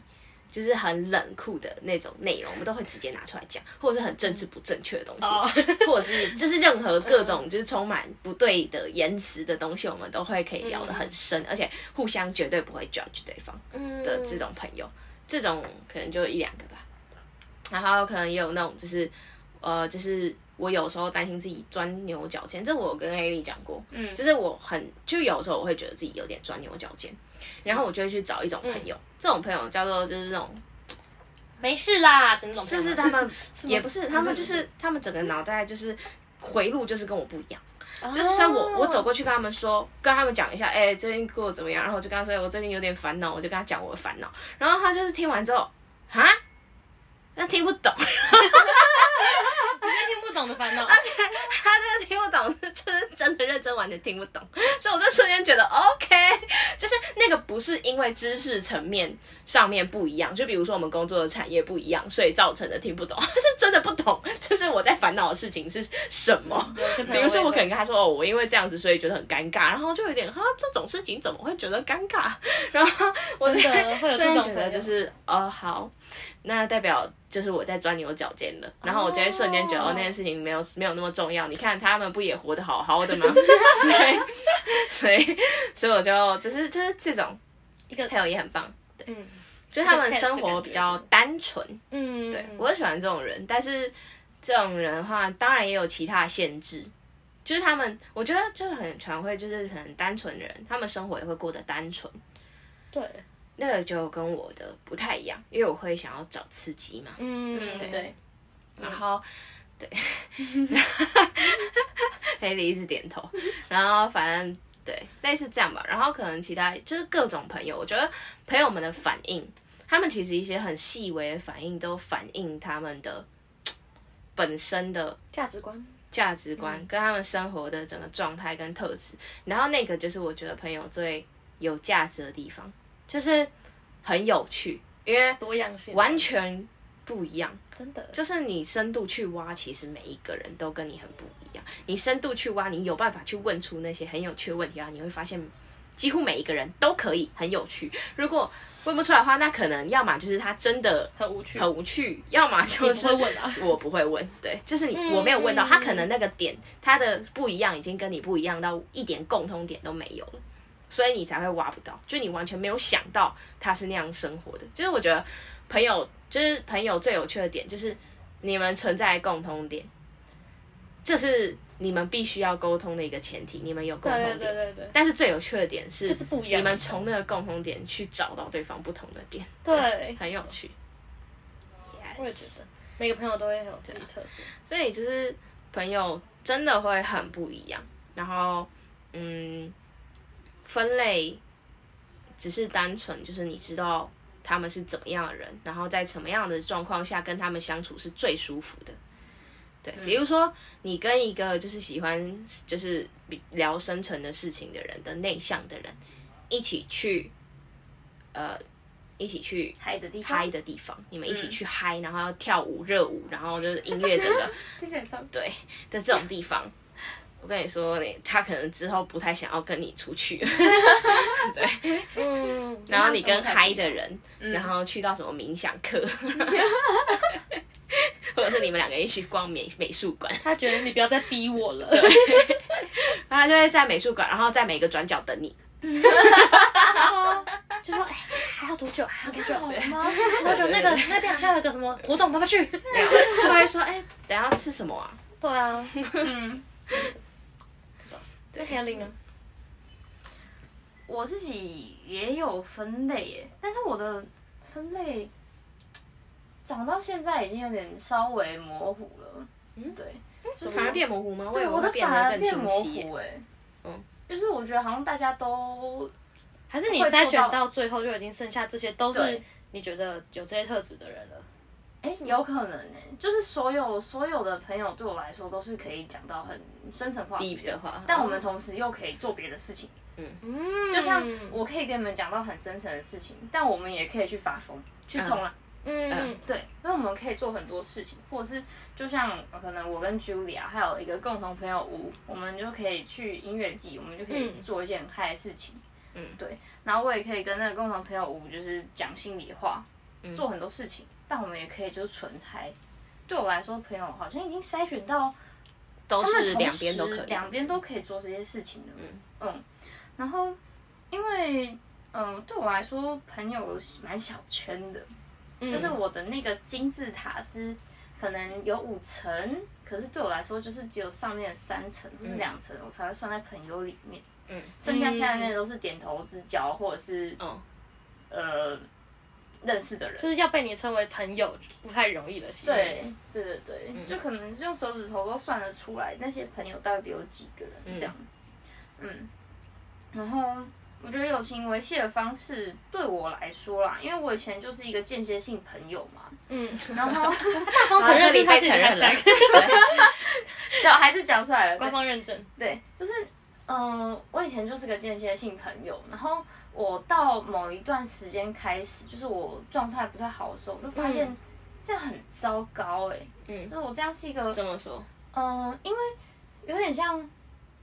C: 就是很冷酷的那种内容，我们都会直接拿出来讲，或者是很政治不正确的东西，
B: 哦，
C: 或者是就是任何各种就是充满不对的言辞的东西，我们都会可以聊得很深，而且互相绝对不会 judge 对方。
B: 嗯
C: 的这种朋友，这种可能就一两个吧。然后可能也有那种就是，呃，就是我有时候担心自己钻牛角尖，这我有跟 A 丽讲过，
A: 嗯
C: 就是我很就有时候我会觉得自己有点钻牛角尖，然后我就会去找一种朋友，这种朋友叫做就是那种，
B: 没事啦，等等，
C: 就是他们也不是，他
A: 嗯
C: 们就是他们整个脑袋就是回路就是跟我不一样。就是所以我我走过去跟他们说，跟他们讲一下，哎、最近过得怎么样？然后我就跟他说，我最近有点烦恼，我就跟他讲我的烦恼。然后他就是听完之后，哈，那听不懂， (laughs)
B: 直接听不懂的烦恼。
C: 啊他真的听不懂，就是真的认真完全听不懂。所以我就瞬间觉得 OK，就是 (laughs) 那个不是因为知识层面上面不一样，就比如说我们工作的产业不一样，所以造成的听不懂， (laughs) 是真的不懂，就是我在烦恼的事情是什么。比如说我可能跟他说哦，我因为这样子所以觉得很尴尬，然后就有点哈这种事情怎么会觉得尴尬？ (laughs) 然后我就
B: 真的会有这种
C: 瞬间觉
B: 朋
C: 得
B: 友
C: 就是哦好，那代表就是我在钻牛角尖了，然后我就会瞬间觉得哦
B: 哦
C: 那件事情没有没有那么重要，你看他们不也活得好好的吗？ (laughs) 所以所以所以我就只是就是这种一个朋友也很棒，对，
B: 嗯
C: 就是他们生活比较单纯，
B: 嗯，
C: 对我很喜欢这种人，但是这种人的话，当然也有其他限制，就是他们，我觉得就是很常会就是很单纯的人，他们生活也会过得单纯，
B: 对，
C: 那个就跟我的不太一样，因为我会想要找刺激嘛，
B: 嗯
A: 嗯对，
C: 然后对，黑莉一直点头，然后反正对，类似这样吧。然后可能其他就是各种朋友，我觉得朋友们的反应，他们其实一些很细微的反应都反映他们的本身的
A: 价值观，
C: 价值观、跟他们生活的整个状态跟特质。然后那个就是我觉得朋友最有价值的地方，就是很有趣，因为
B: 多样性
C: 完全不一样。
B: 真的
C: 就是你深度去挖，其实每一个人都跟你很不一样。你深度去挖，你有办法去问出那些很有趣的问题啊，你会发现几乎每一个人都可以很有趣。如果问不出来的话，那可能要么就是他真的
B: 很无趣，
C: 很无趣，要么
B: 你
C: 就
B: 不
C: 是
B: 会问啊。
C: (laughs) 我不会问，对，就是你
B: 嗯
C: 我没有问到
B: 嗯
C: 他，可能那个点他的不一样已经跟你不一样到一点共通点都没有了，所以你才会挖不到，就你完全没有想到他是那样生活的。就是我觉得朋友，就是朋友最有趣的点就是你们存在共通点，这是你们必须要沟通的一个前提，你们有共
B: 对
C: 同
B: 对
C: 点。
B: 对对对，
C: 但是最有趣的点是，
B: 这是不一样
C: 你
B: 的
C: 们从那个共同点去找到对方不同的点，
B: 对，
C: 很有趣。
B: 我也觉得每个朋友都会有自己特色。
C: 所以就是朋友真的会很不一样。然后，嗯，分类只是单纯就是你知道他们是怎么样的人，然后在什么样的状况下跟他们相处是最舒服的。对，比如说你跟一个就是喜欢就是比聊深层的事情的人的内向的人一起去，呃，一起去
A: 嗨的地方，
C: 嗨的地方，
B: 嗯
C: 你们一起去嗨，然后要跳舞、热舞，然后就是音乐整
B: (laughs)
C: 个
A: 这些照
C: 对的这种地方，我跟你说，你他可能之后不太想要跟你出去，
B: (laughs)
C: 对。啊
B: 嗯，
C: 然后你跟嗨的
A: 人，
C: 人，然后去到什么冥想
B: (laughs)
C: 课，或者是你们两个一起逛美美术馆，
B: 他觉得你不要再逼我了，
C: 然后他就会在美术馆，然后在每个转角等你。
B: 就说就说哎，还要多久？还要多久？
A: 好了吗？
B: 多久？那个那边好像有个什么活动，我们要不
C: (laughs)
B: 要去？
C: 他会说：“哎、等一下要吃什么啊
B: 对 (laughs) 啊，
A: 嗯，
B: 对 h e l e 呢？
A: (laughs) 我自己也有分类耶，但是我的分类讲到现在已经有点稍微模糊了。嗯，对，？”就是
C: 反而变模糊吗？我以
A: 对
C: 为
A: 我的
C: 会变
A: 反
C: 得
A: 而
C: 更
A: 变
C: 清
A: 模
C: 晰耶。
A: 糊哎。
C: 嗯
A: 嗯，就是我觉得好像大家都
B: 还是你
A: 会做
B: 筛选
A: 到
B: 到最后就已经剩下这些都是
A: 对
B: 你觉得有这些特质的人了？
A: 哎、有可能哎、就是所有所有的朋友对我来说都是可以讲到很深层话题
C: Deep 的话嗯
A: 但我们同时又可以做别的事情。
B: 嗯，
A: 就像我可以跟你们讲到很深层的事情，但我们也可以去发疯、去冲浪。
B: 嗯
A: 对，因为我们可以做很多事情，或者是就像呃可能我跟 Julia 还有一个共同朋友吴，我们就可以去音乐季，我们就可以
B: 嗯
A: 做一些很嗨的事情。
C: 嗯，
A: 对。然后我也可以跟那个共同朋友吴，就是讲心里话，做很多事情，但我们也可以就是纯嗨。对我来说，朋友好像已经筛选到
C: 都
B: 欸
A: 他们
C: 是
A: 同
C: 两边都
A: 时
C: 可以。
A: 两边都可以做这些事情的。嗯然后因为嗯、呃对我来说，朋友是蛮小圈的，
B: 嗯
A: 就是我的那个金字塔是可能有五层，可是对我来说就是只有上面的三层或是两层，我才会算在朋友里面。
C: 嗯，
A: 剩下下面都是点头之交，或者是
C: 嗯，
A: 呃认识的人。
B: 就是要被你称为朋友不太容易了，其实。
A: 对对对对，就可能用手指头都算得出来那些朋友到底有几个人这样子。嗯然后我觉得友情维系的方式对我来说啦，因为我以前就是一个间歇性朋友嘛，
B: 嗯，
A: 然后
B: 方承认
C: 这
B: 是
C: 里
B: 他
C: 被
B: 自己
C: 承认了
B: 的
A: 小孩子讲出来了，对
B: 官方认证。
A: 对，就是嗯、呃我以前就是个间歇性朋友，然后我到某一段时间开始，就是我状态不太好的时候，我就发现
B: 嗯
A: 这样很糟糕哎、
C: 嗯
A: 就是我这样是一个
C: (laughs) 这么说，
A: 嗯，因为有点像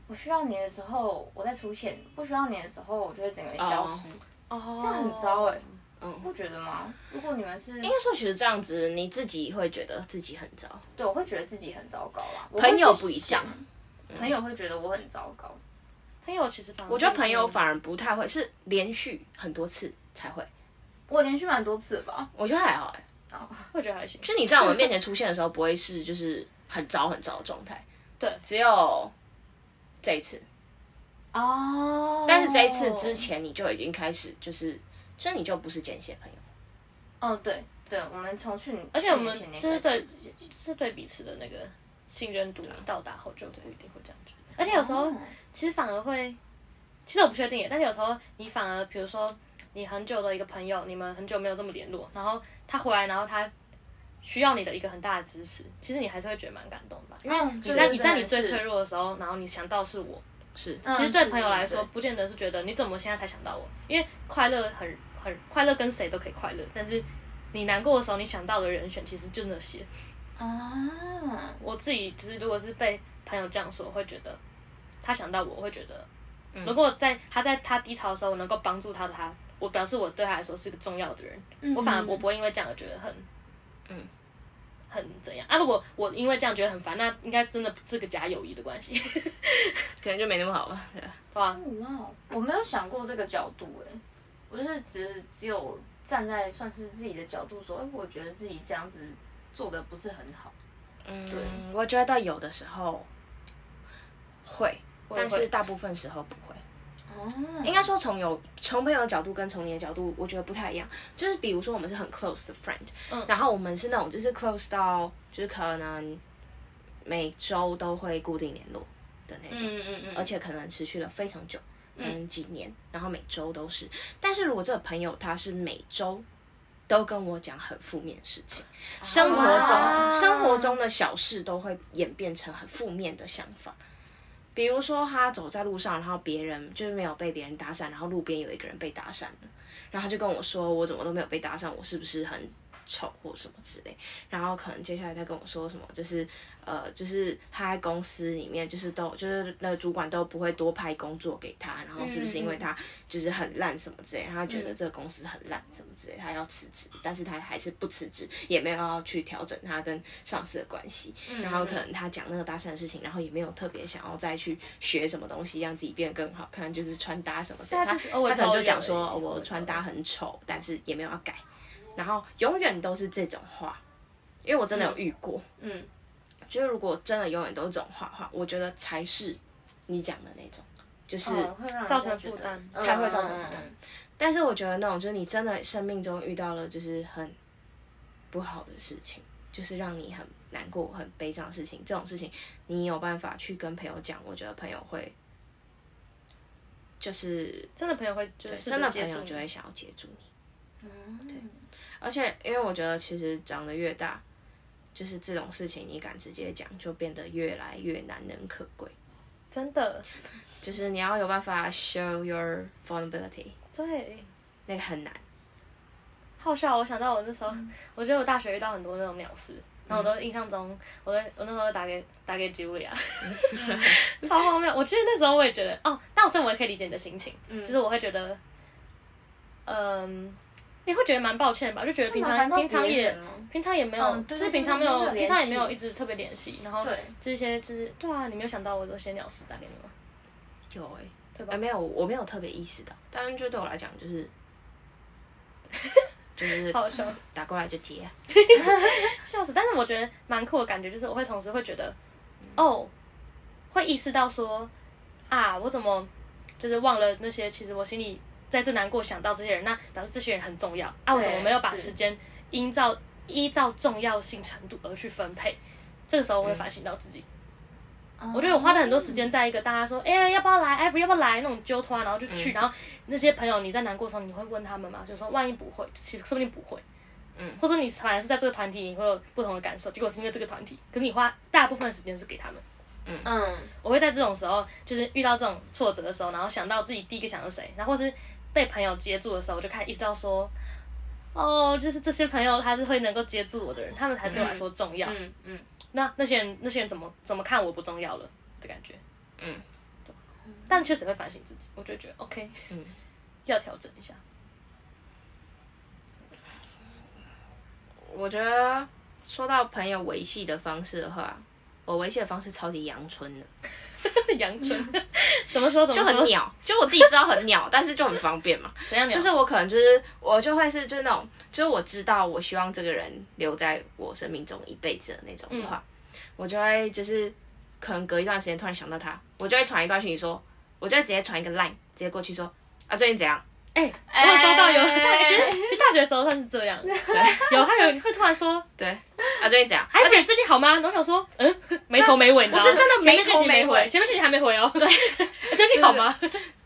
A: 我需要你的时候我在出现，不需要你的时候我就会整个人消失，
B: 哦，
A: 这样很糟哎、
C: 嗯，
A: 不觉得吗？如果你们是，
C: 应该说其实这样子，你自己会觉得自己很糟。
A: 对，我会觉得自己很糟糕啊。
C: 朋友
A: 我会去
C: 不一定
A: 想，朋友会觉得我很糟糕。
B: 朋友其实反而
C: 我觉得朋友反而不太会，是连续很多次才会。
A: 我连续蛮多次吧，
C: 我觉得还好哎、
B: 会觉得还行。
C: 就你在我们面前出现的时候，不会是就是很糟很糟的状态。
B: 对
C: 只有这一次，
A: 哦，
C: 但是这一次之，前你就已经开始就是，所以你就不是间歇朋友。
A: 哦，对对，我们从去年，
B: 而且我们
A: 去年
B: 就是
A: 前
B: 对
A: 年开始不是
B: (laughs) 是对彼此的那个信任
C: 啊
B: 度到达后就不一定会这样觉得，而且有时候
A: 哦
B: 其实反而会，其实我不确定耶，但是有时候你反而比如说你很久的一个朋友，你们很久没有这么联络，然后他回来，然后他。需要你的一个很大的支持，其实你还是会觉得蛮感动的吧，因为
A: 嗯
B: 你
A: 对
B: 在
A: 对
B: 你在你
A: 对
B: 最
A: 是
B: 脆弱的时候，然后你想到是我，
C: 是，
B: 其实对朋友来
A: 嗯
B: 说
A: 是，
B: 不见得是觉得你怎么现在才想到我，因为快乐很很快乐跟谁都可以快乐，但是你难过的时候，你想到的人选其实就那些。
A: 啊，
B: 我自己就是如果是被朋友这样说，我会觉得他想到我，我会觉得，
C: 嗯
B: 如果在他在他低潮的时候，我能够帮助他的他，我表示我对他来说是个重要的人，
A: 嗯
B: 我反而我不会因为这样而觉得很，
C: 嗯，
B: 很怎样啊？如果我因为这样觉得很烦，那应该真的是个假友谊的关系， (laughs) 对嗯
C: 可能就没那么好吧。对吧
B: 吧、
A: 哦哇哦，我没有想过这个角度哎、我就是只只有站在算是自己的角度说，哎、我觉得自己这样子做的不是很好。
C: 嗯，我觉得有的时候会，
B: 我也
C: 但
B: 会
C: 是大部分时候不会。
A: 哦，
C: 应该说从有从朋友的角度跟从你的角度，我觉得不太一样。就是比如说我们是很 close 的 friend，、
B: 嗯
C: 然后我们是那种就是 close 到就是可能每周都会固定联络的那种，
A: 嗯嗯嗯，
C: 而且可能持续了非常久，嗯几年，然后每周都是。但是如果这个朋友他是每周都跟我讲很负面的事情，生活中
A: 啊
C: 生活中的小事都会演变成很负面的想法。比如说他走在路上，然后别人就是没有被别人搭讪，然后路边有一个人被搭讪了，然后他就跟我说我怎么都没有被搭讪，我是不是很丑或什么之类，然后可能接下来再跟我说什么，就是呃，就是他在公司里面就是都就是那个主管都不会多派工作给他，然后是不是因为他就是很烂什么之类，然后他觉得这个公司很烂什么之类，他要辞职，但是他还是不辞职，也没有要去调整他跟上司的关系，然后可能他讲那个搭讪的事情，然后也没有特别想要再去学什么东西让自己变得更好看，就是穿搭什么之类，
B: 他
C: 他
B: 就是啊偶尔
C: 他可能
B: 抱
C: 就
B: 怨
C: 讲
B: 而已
C: 说
B: 偶
C: 哦
B: 尔
C: 我
B: 抱
C: 穿
B: 怨
C: 搭很丑，但是也没有要改。然后永远都是这种话，因为我真的有遇过，
A: 嗯，
C: 就是如果真的永远都是这种话的话，我觉得才是你讲的那种，就是、
A: 嗯会让人
B: 造成
A: 家觉
B: 负
A: 得
B: 担
A: 嗯
C: 才会造成负
A: 嗯
C: 担
A: 嗯嗯
C: 但是我觉得那种就是你真的生命中遇到了就是很不好的事情，就是让你很难过、很悲伤的事情，这种事情你有办法去跟朋友讲，我觉得朋友会就是
B: 真的朋友会就是
C: 对，
B: 试着
C: 真的
B: 接
C: 朋友
B: 住
C: 就
B: 你
C: 会想要接住你。
A: 嗯
C: 而且，因为我觉得其实长得越大，就是这种事情你敢直接讲，就变得越来越难能可贵。
B: 真的
C: 就是你要有办法 show your vulnerability，
B: 对。
C: 那个很难。
B: 好笑，我想到我那时候，
A: 嗯
B: (laughs) 我觉得我大学遇到很多那种鸟事，然后我都印象中，我在我那时候打给打
A: (laughs)
B: 给 Julia，超荒谬。我觉得那时候我也觉得，哦，但所以我也可以理解你的心情，
A: 嗯
B: 就是我会觉得，嗯，你会觉得蛮抱歉吧，就觉得平
A: 麻
B: 常
A: 烦到
B: 平常
A: 别
B: 也
A: 人了
B: 平常也没有，
A: 嗯对
B: 就是
A: 对
B: 平常没
A: 对
B: 有
A: 没有
B: 平常也
A: 联
B: 没有
A: 系
B: 一直特别联系，然后
A: 对
B: 这些就是对啊，你没有想到我这些鸟事打给你吗？
C: 有哎、
B: 对吧
C: 哎、没有，我没有特别意识到。当然，就对我来讲，就是 (laughs) 就是
B: 好笑。
C: 打过来就接。啊
B: 笑死！但是我觉得蛮酷的感觉，就是我会同时会觉得，哦，会意识到说，啊，我怎么就是忘了那些，其实我心里在最难过想到这些人，那表示这些人很重要啊，我怎么
A: 对
B: 没有把
A: 是
B: 时间依照依照重要性程度而去分配？这个时
A: 嗯
B: 候我会反省到自己，
A: 哦
B: 我觉得我花了很多时间在一个大家说，哎、呀，要不要来，哎，不要不要来那种揪团，然后就去，然后那些朋友你在难过的时候，你会问他们嘛？就说万一不会，其实说不定不会。嗯，或者说你反而是在这个团体，你会有不同的感受，结果是因为这个团体，可是你花大部分的时间是给他们。
A: 嗯，
B: 我会在这种时候，就是遇到这种挫折的时候，然后想到自己第一个想到谁，然后或是被朋友接住的时候，我就开始意识到说，哦，就是这些朋友他是会能够接住我的人，他们才对我来说重要。
A: 嗯嗯，
B: 那那些人那些人怎么怎么看我不重要了的感觉。
C: 嗯
B: 对吧，但确实会反省自己，我就觉得 OK，
C: 嗯，
B: (laughs) 要调整一下。 (laughs)
C: 我觉得说到朋友维系的方式的话，我维系的方式超级阳春的，
B: 阳
C: (laughs)
B: 春怎么说怎
C: 就
B: 么说
C: 很鸟，就我自己知道很鸟，但是就很方便嘛。
B: 怎样聊
C: 就是我可能就是我就会是就是那种，就是我知道我希望这个人留在我生命中一辈子的那种的话，
B: 嗯
C: 我就会就是可能隔一段时间突然想到他，我就会传一段讯息说，我就会直接传一个 line 直接过去说啊最近怎样？
B: 哎、我有收到有，
C: 哎
B: 大其实其实大学的时候算是这样，
C: (laughs)
B: 有他有会突然说，
C: 对，啊最近怎样？
B: 哎
C: 而且
B: 姐最近好吗？然后我想说，嗯，没头没尾，你知道吗
C: 我是真的
B: 前面
C: 没头
B: 讯息没
C: 没尾
B: 前面讯息还没回哦。对， (laughs) 最近好吗？
C: (laughs)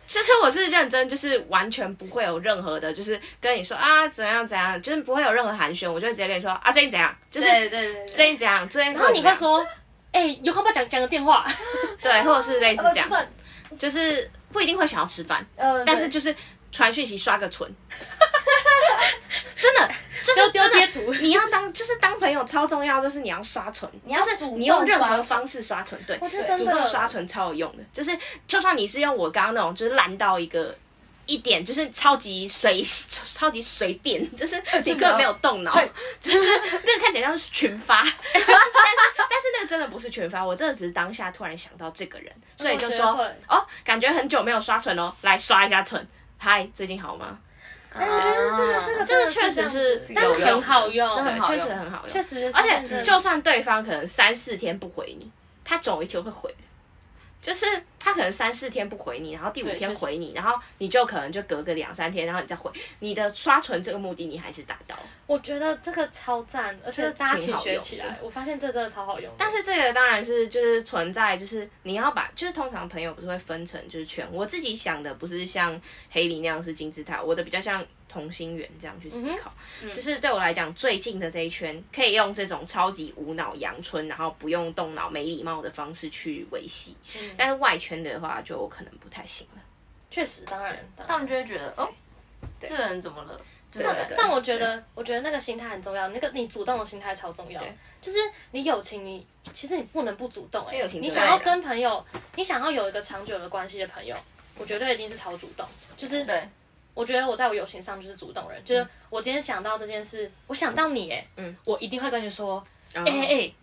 C: 就是我是认真，就是完全不会有任何的，就是跟你说啊怎样怎样，就是不会有任何寒暄，我就会直接跟你说啊最近怎样，就是
A: 对对对
C: 最
A: 对，
C: 近怎样，最近然
B: 然后你会说，哎、有空不讲讲个电话？
C: 对，或者是类似这样，
A: 分，
C: 就是不一定会想要吃饭，
A: 呃，
C: 但是就是传讯息刷个存，真的，就是
B: 丢
C: 真的
B: 贴图
C: 你要当就是当朋友超重要，就是你要刷存，你
A: 要
C: 就是
A: 主动
C: 你用任
A: 刷
C: 何
A: 存
C: 方式刷存，对，
B: 觉得
A: 对
C: 主动刷存超有用的，就是就算你是用我刚刚那种，就是烂到一个。一点就是超级随，超级随便， (laughs) 就是你根本没有动脑， (laughs) 就是那个看起来像是群发， (laughs) 但是但是那个真的不是群发，我真的只是当下突然想到这个人，所以就说
B: 我觉得会
C: 哦，感觉很久没有刷存喽，来刷一下存。嗨，最近好吗？
B: 哎
A: 但啊是哎这个这个
C: 啊这个确实是
A: 这样子
B: 但
C: 有
B: 是
C: 用的
B: 很好用，
A: 这很
C: 对
A: 好
C: 确
A: 用
C: 实很好用
B: 确。实，
C: 而
B: 真
C: 且
B: 的
C: 就算对方可能三四天不回你，他总有一天会回的。就是他可能三四天不回你，然后第五
A: 对
C: 天
A: 确实
C: 回你，然后你就可能就隔个两三天，然后你再回。你的刷存这个目的你还是达到了，
B: 我觉得这个超赞，而且大家
C: 挺
B: 请
C: 好
B: 学
C: 用
B: 起
C: 的
B: 来，我发现这真的超好用的。
C: 但是这个当然是就是存在，就是你要把就是通常朋友不是会分成就是圈，我自己想的不是像黑梨那样是金字塔，我的比较像同心圆这样去思
B: 嗯
C: 考。就是对我来讲，最近的这一圈可以用这种超级无脑阳春，然后不用动脑、没礼貌的方式去维系。
B: 嗯
C: 但是外圈的话就可能不太行了。
B: 确实，当然，当
A: 他们
B: 然。
A: 就会觉得哦，这人怎么了？对
C: 对对
B: 但我觉得，我觉得那个心态很重要，那个你主动的心态超重要。就是你友情你，其实你不能不主动、欸。
C: 友情
B: 你
C: 最
B: 想
C: 爱
B: 要
C: 人
B: 跟朋友，你想要有一个长久的关系的朋友，我绝对一定是超主动。就是
A: 对，
B: 我觉得我在我友情上就是主动人，就是我今天想到这件事，我想到你、欸，
C: 嗯
B: 我一定会跟你说，
C: 哎
B: 哎哎、欸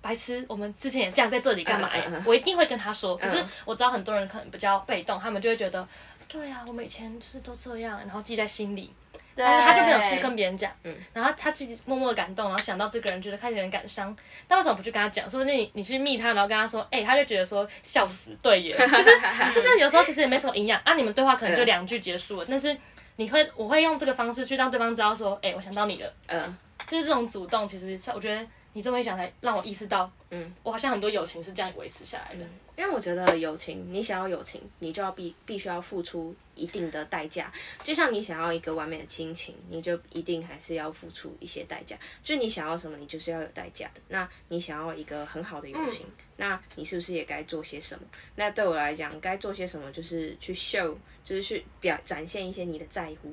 B: 白痴，我们之前也这样在这里干嘛、欸？
C: 嗯嗯嗯
B: 我一定会跟他说。可是
C: 嗯
B: 我知道很多人可能比较被动，他们就会觉得，对啊，我们以前就是都这样，然后记在心里，
C: 哎
B: 但是他就没有去跟别人讲。
C: 嗯
B: 然后他自己默默地感动，然后想到这个人，觉得开始有点感伤，但为什么不去跟他讲？说不定你你去密他，然后跟他说，哎、他就觉得说笑死，
C: (laughs)
B: 对耶，就是就是有时候其实也没什么营养啊，你们对话可
C: 嗯
B: 能就两句结束了，但是你会我会用这个方式去让对方知道说，哎、我想到你了。
C: 嗯，
B: 就是这种主动，其实像我觉得你这么一讲，才让我意识到，
C: 嗯
B: 嗯，我好像很多友情是这样维持下来的。
C: 因为我觉得友情，你想要友情，你就要必必须要付出一定的代价。就像你想要一个完美的亲情，你就一定还是要付出一些代价。就你想要什么，你就是要有代价的。那你想要一个很好的友情，那你是不是也该做些什么？那对我来讲，该做些什么就是去 show，就是去表展现一些你的在乎。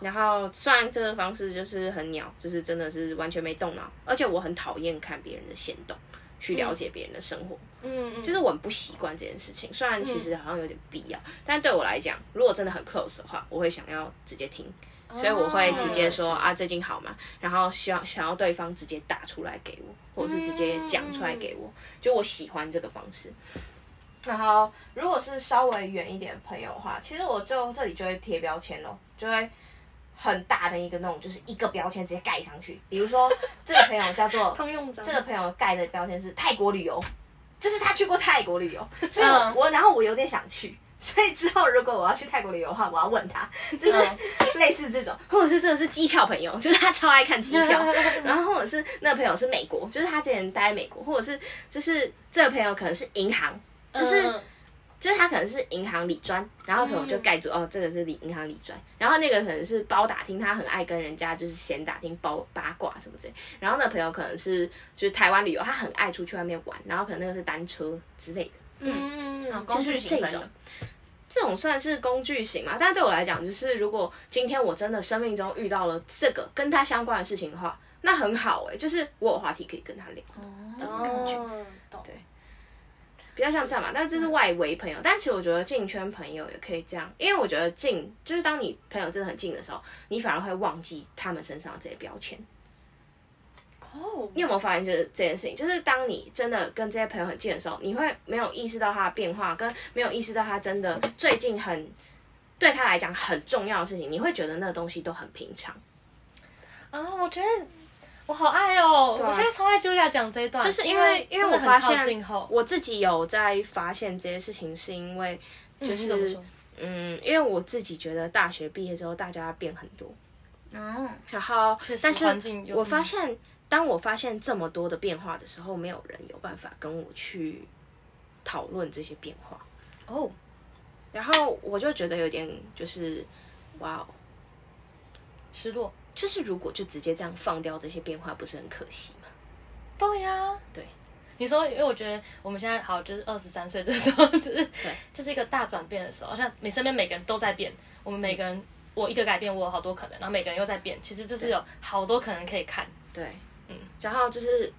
C: 然后，虽然这个方式就是很鸟，就是真的是完全没动脑，而且我很讨厌看别人的行动，去了解别人的生活。
B: 嗯嗯，就
C: 就是我很不习惯这件事情，虽然其实好像有点必要，但对我来讲，如果真的很 close 的话，我会想要直接听，所以我会
B: 哦
C: 直接说、啊最近好吗？然后希望想要对方直接打出来给我，或者是直接讲出来给我，就我喜欢这个方式。
D: 然后如果是稍微远一点的朋友的话，其实我就这里就会贴标签咯，就会很大的一个那种，就是一个标签直接盖上去。比如说这个朋友叫做
B: 通用章
D: 这个朋友盖的标签是泰国旅游，就是他去过泰国旅
B: (laughs)
D: 游，所以
B: 嗯
D: 我然后我有点想去。所以之后，如果我要去泰国旅游的话，我要问他，就是
C: 啊
B: 嗯
D: 类似这种，
C: 或者是真的是机票朋友，就是他超爱看机
B: (laughs)
C: 票，然后或者是那个朋友是美国，就是他之前待在美国，或者是就是这个朋友可能是银行，就是。
B: 嗯
C: 就是他可能是银行理专，然后可能我就盖住、哦，这个是理银行理专，然后那个可能是包打听，他很爱跟人家就是闲打听包八卦什么之类，然后那个朋友可能是就是台湾旅游，他很爱出去外面玩，然后可能那个是单车之类的，
B: 嗯嗯，
A: 工具
C: 是
A: 型
C: 这
A: 朋友
C: 种，这种算是工具型嘛？但对我来讲，就是如果今天我真的生命中遇到了这个跟他相关的事情的话，那很好哎、就是我有话题可以跟他聊。
B: 哦，懂
C: 比较像这样嘛，但这是外围朋友。但其实我觉得近圈朋友也可以这样，因为我觉得近就是当你朋友真的很近的时候，你反而会忘记他们身上的这些标签。
A: 哦，
C: 你有没有发现就是这件事情？就是当你真的跟这些朋友很近的时候，你会没有意识到他的变化，跟没有意识到他真的最近很对他来讲很重要的事情，你会觉得那个东西都很平常。
B: 啊，我觉得。我好爱哦！
C: 啊
B: 我现在超爱 Julia 讲这一段，
C: 就是因为因为我
B: 真的很
C: 发
B: 靠近
C: 现
B: 后
C: 我自己有在发现这些事情，是因为就
B: 嗯你怎么
C: 是
B: 说
C: 嗯，因为我自己觉得大学毕业之后大家变很多，
A: 嗯，
C: 然后
B: 确实
C: 但是
B: 环境有嗯
C: 我发现，当我发现这么多的变化的时候，没有人有办法跟我去讨论这些变化，
B: 哦，
C: 然后我就觉得有点就是哇哦，
B: 失落。
C: 就是如果就直接这样放掉这些变化，不是很可惜吗？
B: 对呀、
C: 对。
B: 你说，因为我觉得我们现在好，就是二十三岁这时候，就是就是一个大转变的时候，好像你身边每个人都在变，我们每个人，我一个改变，我有好多可能，然后每个人又在变，其实就是有好多可能可以看。
C: 对，嗯，然后就是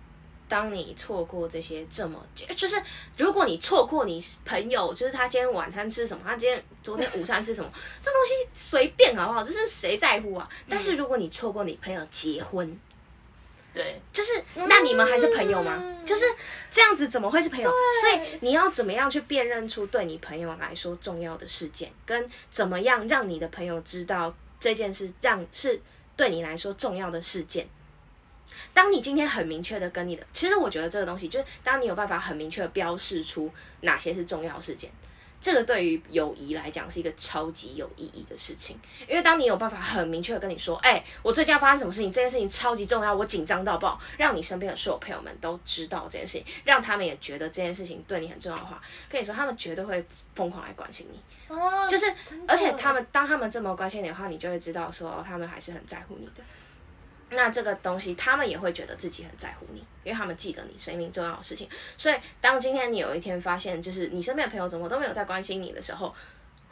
C: 当你错过这些这么，就就是如果你错过你朋友，就是他今天晚餐吃什么，他今天昨天午餐吃什么，这东西随便好不好？就是谁在乎啊？但是如果你错过你朋友结婚，
A: 对，
C: 就是那你们还是朋友吗？就是这样子，怎么会是朋友？所以你要怎么样去辨认出对你朋友来说重要的事件，跟怎么样让你的朋友知道这件事让是对你来说重要的事件。当你今天很明确的跟你的，其实我觉得这个东西就是，当你有办法很明确的标示出哪些是重要事件，这个对于友谊来讲是一个超级有意义的事情。因为当你有办法很明确的跟你说，哎、我最近要发生什么事情，这件事情超级重要，我紧张到爆，让你身边的所有朋友们都知道这件事情，让他们也觉得这件事情对你很重要的话，跟你说，他们绝对会疯狂来关心你。
B: 哦，
C: 就是，
B: 真的
C: 而且他们当他们这么关心你的话，你就会知道说，哦，他们还是很在乎你的。那这个东西，他们也会觉得自己很在乎你，因为他们记得你生命重要的事情。所以，当今天你有一天发现，就是你身边的朋友怎么都没有在关心你的时候，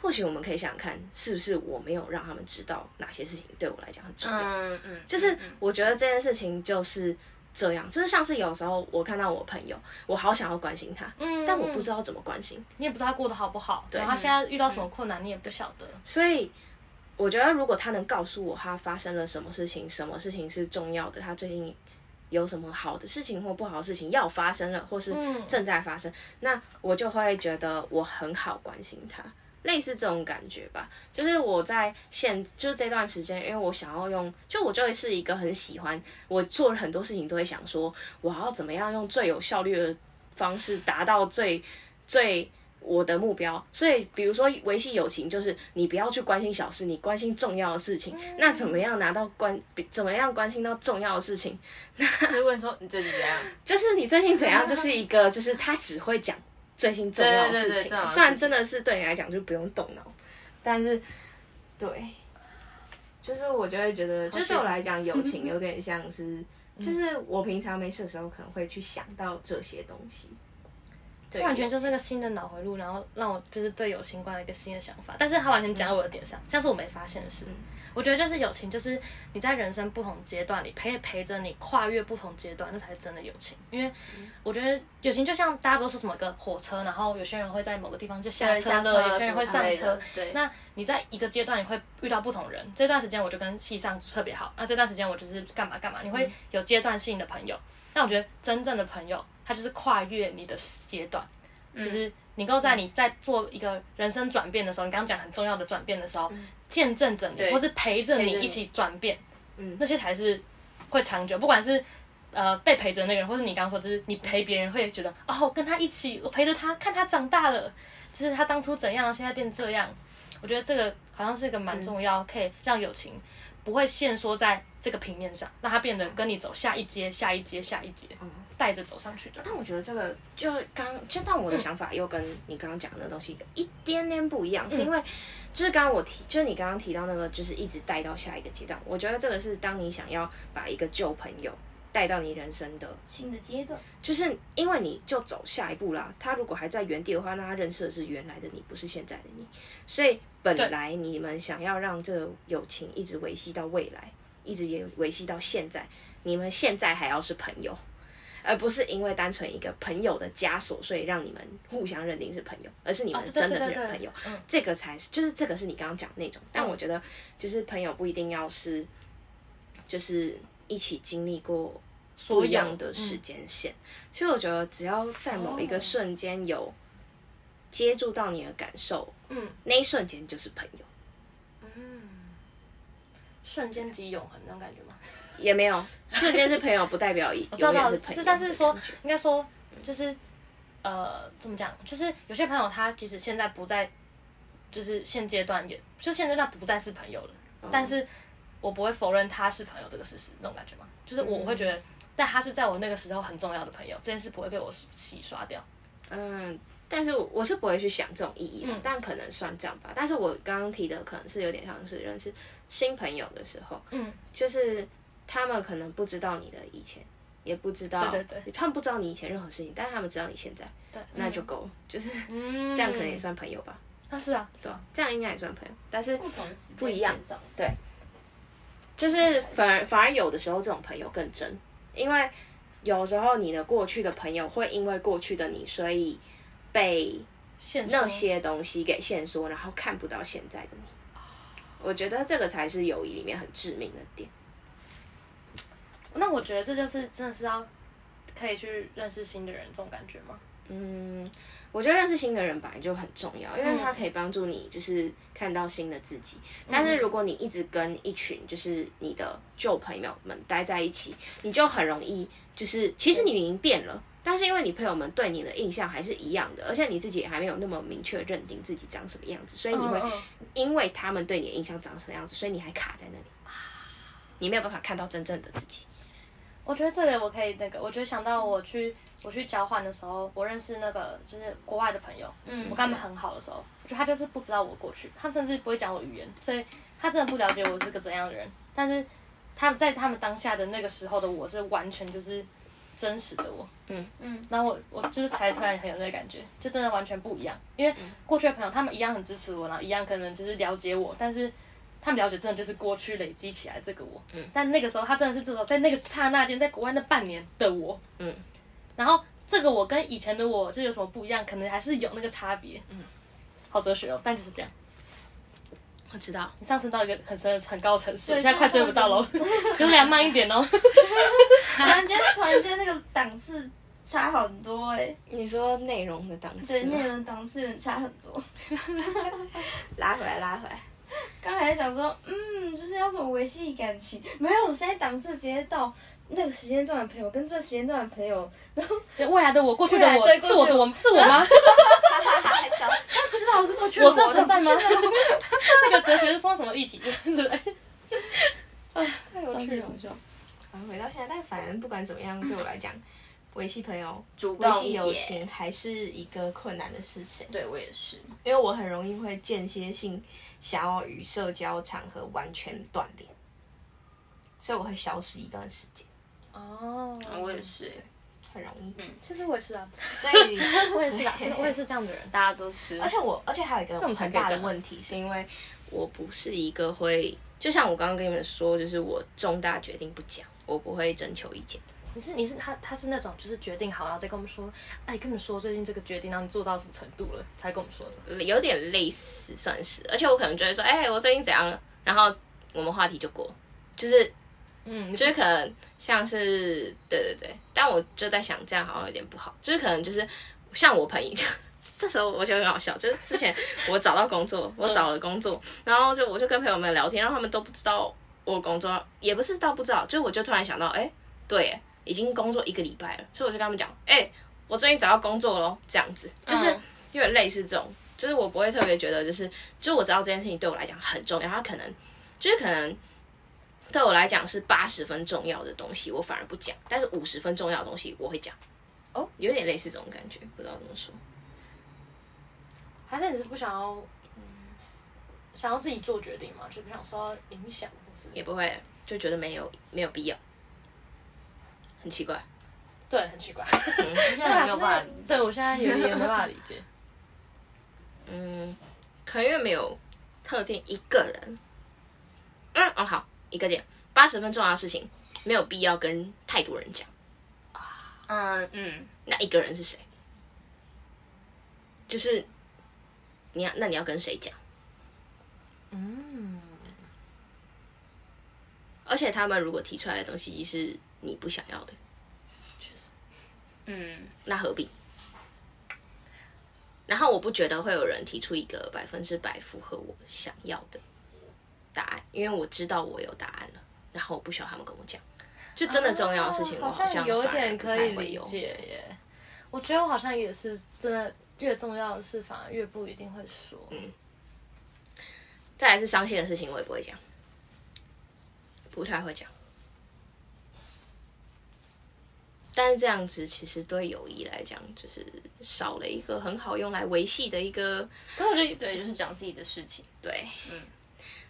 C: 或许我们可以想想看，是不是我没有让他们知道哪些事情对我来讲很重要。
A: 嗯嗯，
C: 就是我觉得这件事情就是这样，就是像是有时候我看到我朋友，我好想要关心他，
B: 嗯嗯
C: 但我不知道怎么关心。
B: 你也不知道他过得好不好，然后他现在遇到什么困难，你也不晓得。
C: 所以我觉得，如果他能告诉我他发生了什么事情，什么事情是重要的，他最近有什么好的事情或不好的事情要发生了，或是
B: 嗯
C: 正在发生，那我就会觉得我很好关心他。类似这种感觉吧，就是我在现就是这段时间，因为我想要用，就我就会是一个很喜欢我做很多事情都会想说，我要怎么样用最有效率的方式达到最最我的目标。所以，比如说维系友情，就是你不要去关心小事，你关心重要的事情。那怎么样拿到关，比怎么样关心到重要的事情？
D: 就是问说你最近怎
B: (laughs)
D: 样？
C: 就是你最近怎样，就是一个， (laughs) 就是他只会讲最近重要的事情。
A: 对对对重要的事情
C: 虽然真的是对你来讲就不用动脑，但是对，就是我就会觉得，就是对我来讲，友情有点像是，
A: 嗯
C: 就是我平常没事的时候可能会去想到这些东西。对，
B: 完全就是个新的脑回路，然后让我就是对友情观有一个新的想法。但是他完全讲到我的点
A: 嗯
B: 上，像是我没发现的事。我觉得就是友情，就是你在人生不同阶段里陪陪着你跨越不同阶段，那才是真的友情。因为
A: 嗯
B: 我觉得友情就像大家不是说什么个火车，然后有些人会在某个地方就下车
A: 下车
B: 了，
A: 了
B: 有些人会
A: 什
B: 上
A: 么之类
B: 车
A: 的。对
B: 那你在一个阶段你会遇到不同人，这段时间我就跟系上特别好，那这段时间我就是干嘛干嘛，你
A: 嗯
B: 会有阶段性的朋友。但我觉得真正的朋友，他就是跨越你的阶段。
A: 嗯
B: 就是你能够在你在做一个人生转变的时候，你刚刚讲很重要的转变的时候，见证着你，
A: 嗯对
B: 或是陪着你
A: 陪着你
B: 一起转变，
C: 嗯
B: 那些才是会长久。不管是呃被陪着那个人，或是你刚刚说，就是你陪别人会觉得哦，我跟他一起，我陪着他，看他长大了，就是他当初怎样，现在变这样。我觉得这个好像是一个蛮重要，可以让友情不会限缩在这个平面上，让它变得跟你走下一阶、下一阶、下一阶，
C: 嗯
B: 带着走上去的。
C: 但我觉得这个就刚，就但我的想法又跟你刚刚讲的那个东西有一点点不一样，是因为就是刚刚我提，就是你刚刚提到那个，就是一直带到下一个阶段。我觉得这个是当你想要把一个旧朋友带到你人生的，
A: 新的阶段，
C: 就是因为你就走下一步啦。他如果还在原地的话，那他认识的是原来的你，不是现在的你。所以本来你们想要让这个友情一直维系到未来，一直也维系到现在，你们现在还要是朋友，而不是因为单纯一个朋友的枷锁，所以让你们互相认定是朋友，而是你们
B: 哦对
C: 真
B: 对
C: 的
B: 对
C: 是
B: 对
C: 朋友。
B: 对嗯
C: 这个才是，就是这个是你刚刚讲的那种。但
B: 嗯
C: 我觉得，就是朋友不一定要是，就是一起经历过不一样的时间线。
B: 嗯
C: 所以我觉得，只要在某一个瞬间有接触到你的感受，
B: 嗯，
C: 那一瞬间就是朋友。
B: 瞬间即永恒那种感觉吗？
C: 也没
B: (laughs)
C: 有瞬间是朋友，不代表一
B: 我知道
C: 永远
B: 到，
C: 是朋友的感觉。
B: 但是说应该说就是呃，怎么讲？就是有些朋友他即使现在不在，就是现阶段也，就现阶段不再是朋友了，但是我不会否认他是朋友这个事实，那种感觉吗？就是我会觉得，但他是在我那个时候很重要的朋友，这件事不会被我洗刷掉。
C: 嗯，但是我是不会去想这种意义的，
B: 嗯
C: 但可能算这样吧。但是我刚刚提的可能是有点像是认识新朋友的时候，
B: 嗯，
C: 就是他们可能不知道你的以前，也不知道，
B: 对对对，
C: 他们不知道你以前任何事情，但是他们知道你现在，
B: 对，
C: 那就够了，就是
B: 嗯，
C: 这样可能也算朋友吧，
B: 啊，是啊，
C: 对吧？这样应该也算朋友，但是
A: 不同时间
C: 不一样
A: 线上
C: 就是反而反而有的时候这种朋友更真，因为有时候你的过去的朋友会因为过去的你，所以被
B: 现
C: 那
B: 说
C: 些东西给线索，然后看不到现在的你。我觉得这个才是友谊里面很致命的点。
B: 那我觉得这就是真的是要可以去认识新的人这种感觉吗？
C: 嗯，我觉得认识新的人本来就很重要，因为他可以帮助你就是看到新的自己。但是如果你一直跟一群就是你的旧朋友们待在一起，你就很容易就是其实你已经变了。但是因为你朋友们对你的印象还是一样的，而且你自己也还没有那么明确认定自己长什么样子，所以你会
B: 嗯嗯
C: 因为他们对你的印象长什么样子，所以你还卡在那里，你没有办法看到真正的自己。
B: 我觉得这个我可以那个，我觉得想到我去我去交换的时候，我认识那个就是国外的朋友，我跟他们很好的时候，我觉得他就是不知道我过去，他们甚至不会讲我语言，所以他真的不了解我是个怎样的人。但是他们在他们当下的那个时候的我是完全就是真实的我，
D: 嗯
B: 嗯，然后我我就是才突然很有那个感觉，就真的完全不一样，因为过去的朋友他们一样很支持我，然后一样可能就是了解我，但是他们了解真的就是过去累积起来这个我，嗯，但那个时候他真的是至少在那个刹那间，在国外那半年的我，
C: 嗯，
B: 然后这个我跟以前的我就有什么不一样，可能还是有那个差别，嗯，好哲学哦，但就是这样。
C: 我知道，
B: 你上升到一个很深很高的城市，
A: 对
B: 现在快追不到 (laughs) 喽，就俩慢一点哦。
A: 突然间突然间那个档次差很多哎、
C: 你说内容的档次
A: 对，
C: 吗，
A: 内容档次有点差很多。
C: 拉回来，拉回来。 (laughs)
A: 刚才想说，嗯，就是要怎么维系感情，没有，现在档次直接到那个时间段的朋友跟这时间段的朋友，
B: 未来的哎我，过去的
A: 未来
B: 我
A: 对
B: 是我的我，是我 (laughs) 吗？
A: 哈哈哈， (laughs) 笑死，知道我是过去的
B: 我这存在吗
A: 那不是那个
B: 那个哲学是说什么议题？ (laughs) 对不对？
D: 太有
C: 趣了
D: 笑。然啊后回到现在，但反正不管怎么样，对我来讲，维系朋友、
A: 主
D: 维
A: 动
D: 系
A: 一
D: 友
A: 点。
D: 情还是一个困难的事情，
A: 对我也是，
D: 因为我很容易会间歇性想要与社交场合完全断联，所以我会消失一段时间，
B: 哦，
A: 我也是，
D: 很容易。
A: 嗯
B: 其实我也是 (laughs) 啊，
D: 所以，
B: 我也是啊，真的我也是这样的人。
A: 大家都是
D: 而。且我，而且还有一个
B: 所以我们才
D: 很
B: 可以
D: 大
B: 这
D: 的
B: 样
D: 问题，是因为
C: 我不是一个会，就像我刚刚跟你们说，就是我重大决定不讲，我不会征求意见。
B: 你是你是他他是那种就是决定好，然后再跟我们说，哎，跟你们说最近这个决定，然后你做到什么程度了，才跟我们说的。
C: 有点类似，算是。而且我可能就会说，哎、我最近怎样了，然后我们话题就过，就是
B: 嗯，
C: 就是可能像是对对对，但我就在想，这样好像有点不好，就是可能就是像我朋友。就这时候我觉得很好笑，就是之前我找到工作，我找了工作，然后就我就跟朋友们聊天，然后他们都不知道我工作，也不是到不知道，就是我就突然想到，哎、对耶，已经工作一个礼拜了，所以我就跟他们讲，哎、我最近找到工作喽，这样子，就是
B: 嗯
C: 有点类似这种，就是我不会特别觉得，就是就是我知道这件事情对我来讲很重要，它可能就是可能对我来讲是八十分重要的东西，我反而不讲，但是五十分重要的东西我会讲。哦，有点类似这种感觉，不知道怎么说。
B: 还是你是不想要，嗯，想要自己做决定嘛，就不想受到影响，或是
C: 也不会，就觉得没有没有必要，很奇怪。
B: 对，很奇怪。
A: 现在没有办法理解
B: 对啊我现在有点没办法理解。
C: 嗯，可能因为没有特定一个人。嗯，哦好，一个点，八十分重要的事情，没有必要跟太多人讲。
B: 啊
A: 嗯嗯，
C: 那一个人是谁？就是你要，那你要跟谁讲？
B: 嗯，
C: 而且他们如果提出来的东西是你不想要的，
B: 确实，
A: 嗯，
C: 那何必？然后我不觉得会有人提出一个百分之百符合我想要的答案，因为我知道我有答案了，然后我不需要他们跟我讲。就真的重要的事情，
B: 啊
C: 我好像
B: 有
C: 反而
B: 点
C: 不
B: 可
C: 太
B: 以
C: 会
B: 理
C: 有
B: 解耶。嗯我觉得我好像也是真的，越重要的事反而越不一定会说。
C: 再来是伤心的事情，我也不会讲，不太会讲。但是这样子其实对友谊来讲，就是少了一个很好用来维系的一个
B: 可我觉得，
A: 对，就是讲自己的事情。
C: 对，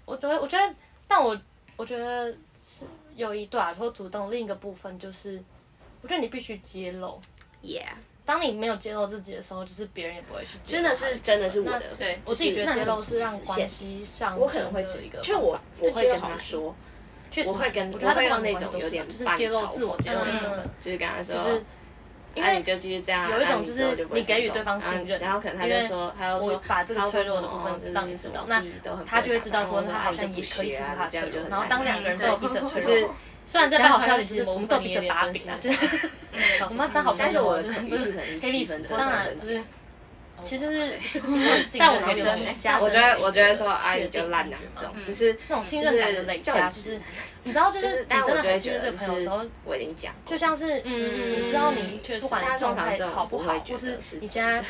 B: 我觉得，我觉得，但我我觉得是有一段说主动，另一个部分就是，我觉得你必须揭露。
C: 耶、
B: 当你没有揭露自己的时候，就是别人也不会去揭
C: 真
B: 露他
C: 的
B: 自己。
C: 是真的是我的
B: 那，
A: 对
B: 我自己觉
C: 就
B: 得
C: 是
B: 揭露是让
C: 那种
B: 关
C: 线
B: 系上
C: 我可能会
B: 升的一个
C: 就
B: 方法
C: 我我会跟
B: 方
C: 他
B: 法
C: 说，
B: 确实
C: 我会跟
B: 我觉得他
C: 我会
B: 的
C: 用那
B: 朋友
C: 种
B: 都
C: 有
B: 是
C: 点
B: 就是
C: 半
B: 揭露
C: 嘲
B: 自我
C: 讽
B: 揭露的部分，
C: 嗯就是跟他说，
B: 就是因
C: 啊、
B: 为
C: 你就继续这样啊，
B: 有一种
C: 啊
B: 就是
C: 之后不会
B: 你给予
C: 成功
B: 对方信
C: 然
B: 任
C: 后然后可能他
B: 因
C: 就
B: 为
C: 说，他就
B: 我
C: 说
B: 把这个
C: 他就
B: 脆
C: 说
B: 弱的部分
C: 哦就是
B: 让你
C: 什
B: 知
C: 么
B: 道
C: 我
B: 那
C: 自己都很不
B: 他就会
C: 打
B: 知道
C: 扮
B: 说
C: 我说
B: 他
C: 啊
B: 好
C: 你就
B: 像
C: 不
B: 也可
C: 学
B: 以试
C: 啊
B: 试他
C: 你这样
B: 脆
C: 就
B: 弱，
C: 很
B: 然
C: 难啊
B: 后当两个人都有彼此的脆
C: 就是
B: 弱，虽然在讲好好像像也也是是我我们们都都彼彼此此把把柄
C: 柄
B: 啊
C: 啊，
B: (laughs) 就是我们当好
C: (laughs)
B: 朋
C: 但是
B: 友，
C: 我
B: 真
C: 可
B: 的
C: 预期可能
B: 黑历
C: 七
B: 史
C: 分，钟
B: 当然
C: 三分
B: 就是
C: 钟
B: 其实是，嗯
A: 但
B: 但
A: 我
B: 我可
A: 没
B: 以
A: 有
B: 理解加
C: 我
B: 深
C: 觉得
B: 彼
C: 我
B: 此
C: 觉
B: 的
C: 得说啊
B: 确
C: 你就
B: 定
C: 烂
B: 感
C: 啊这
B: 觉嘛
C: 种，
B: 嗯
C: 只是
B: 那种信任感的累
C: 就
B: 加，
C: 很
B: 就是你知道，就
C: 就是是
B: 你
C: 但
B: 真
C: 我
B: 的
C: 就会
B: 很信
C: 觉
B: 任这
C: 得
B: 个
C: 就
B: 朋友的
C: 是
B: 时候，
C: 我已经讲过，
B: 就像是，嗯，你知道你
A: 确实
B: 不管你状态好不好，或是你
C: (laughs)
B: 现在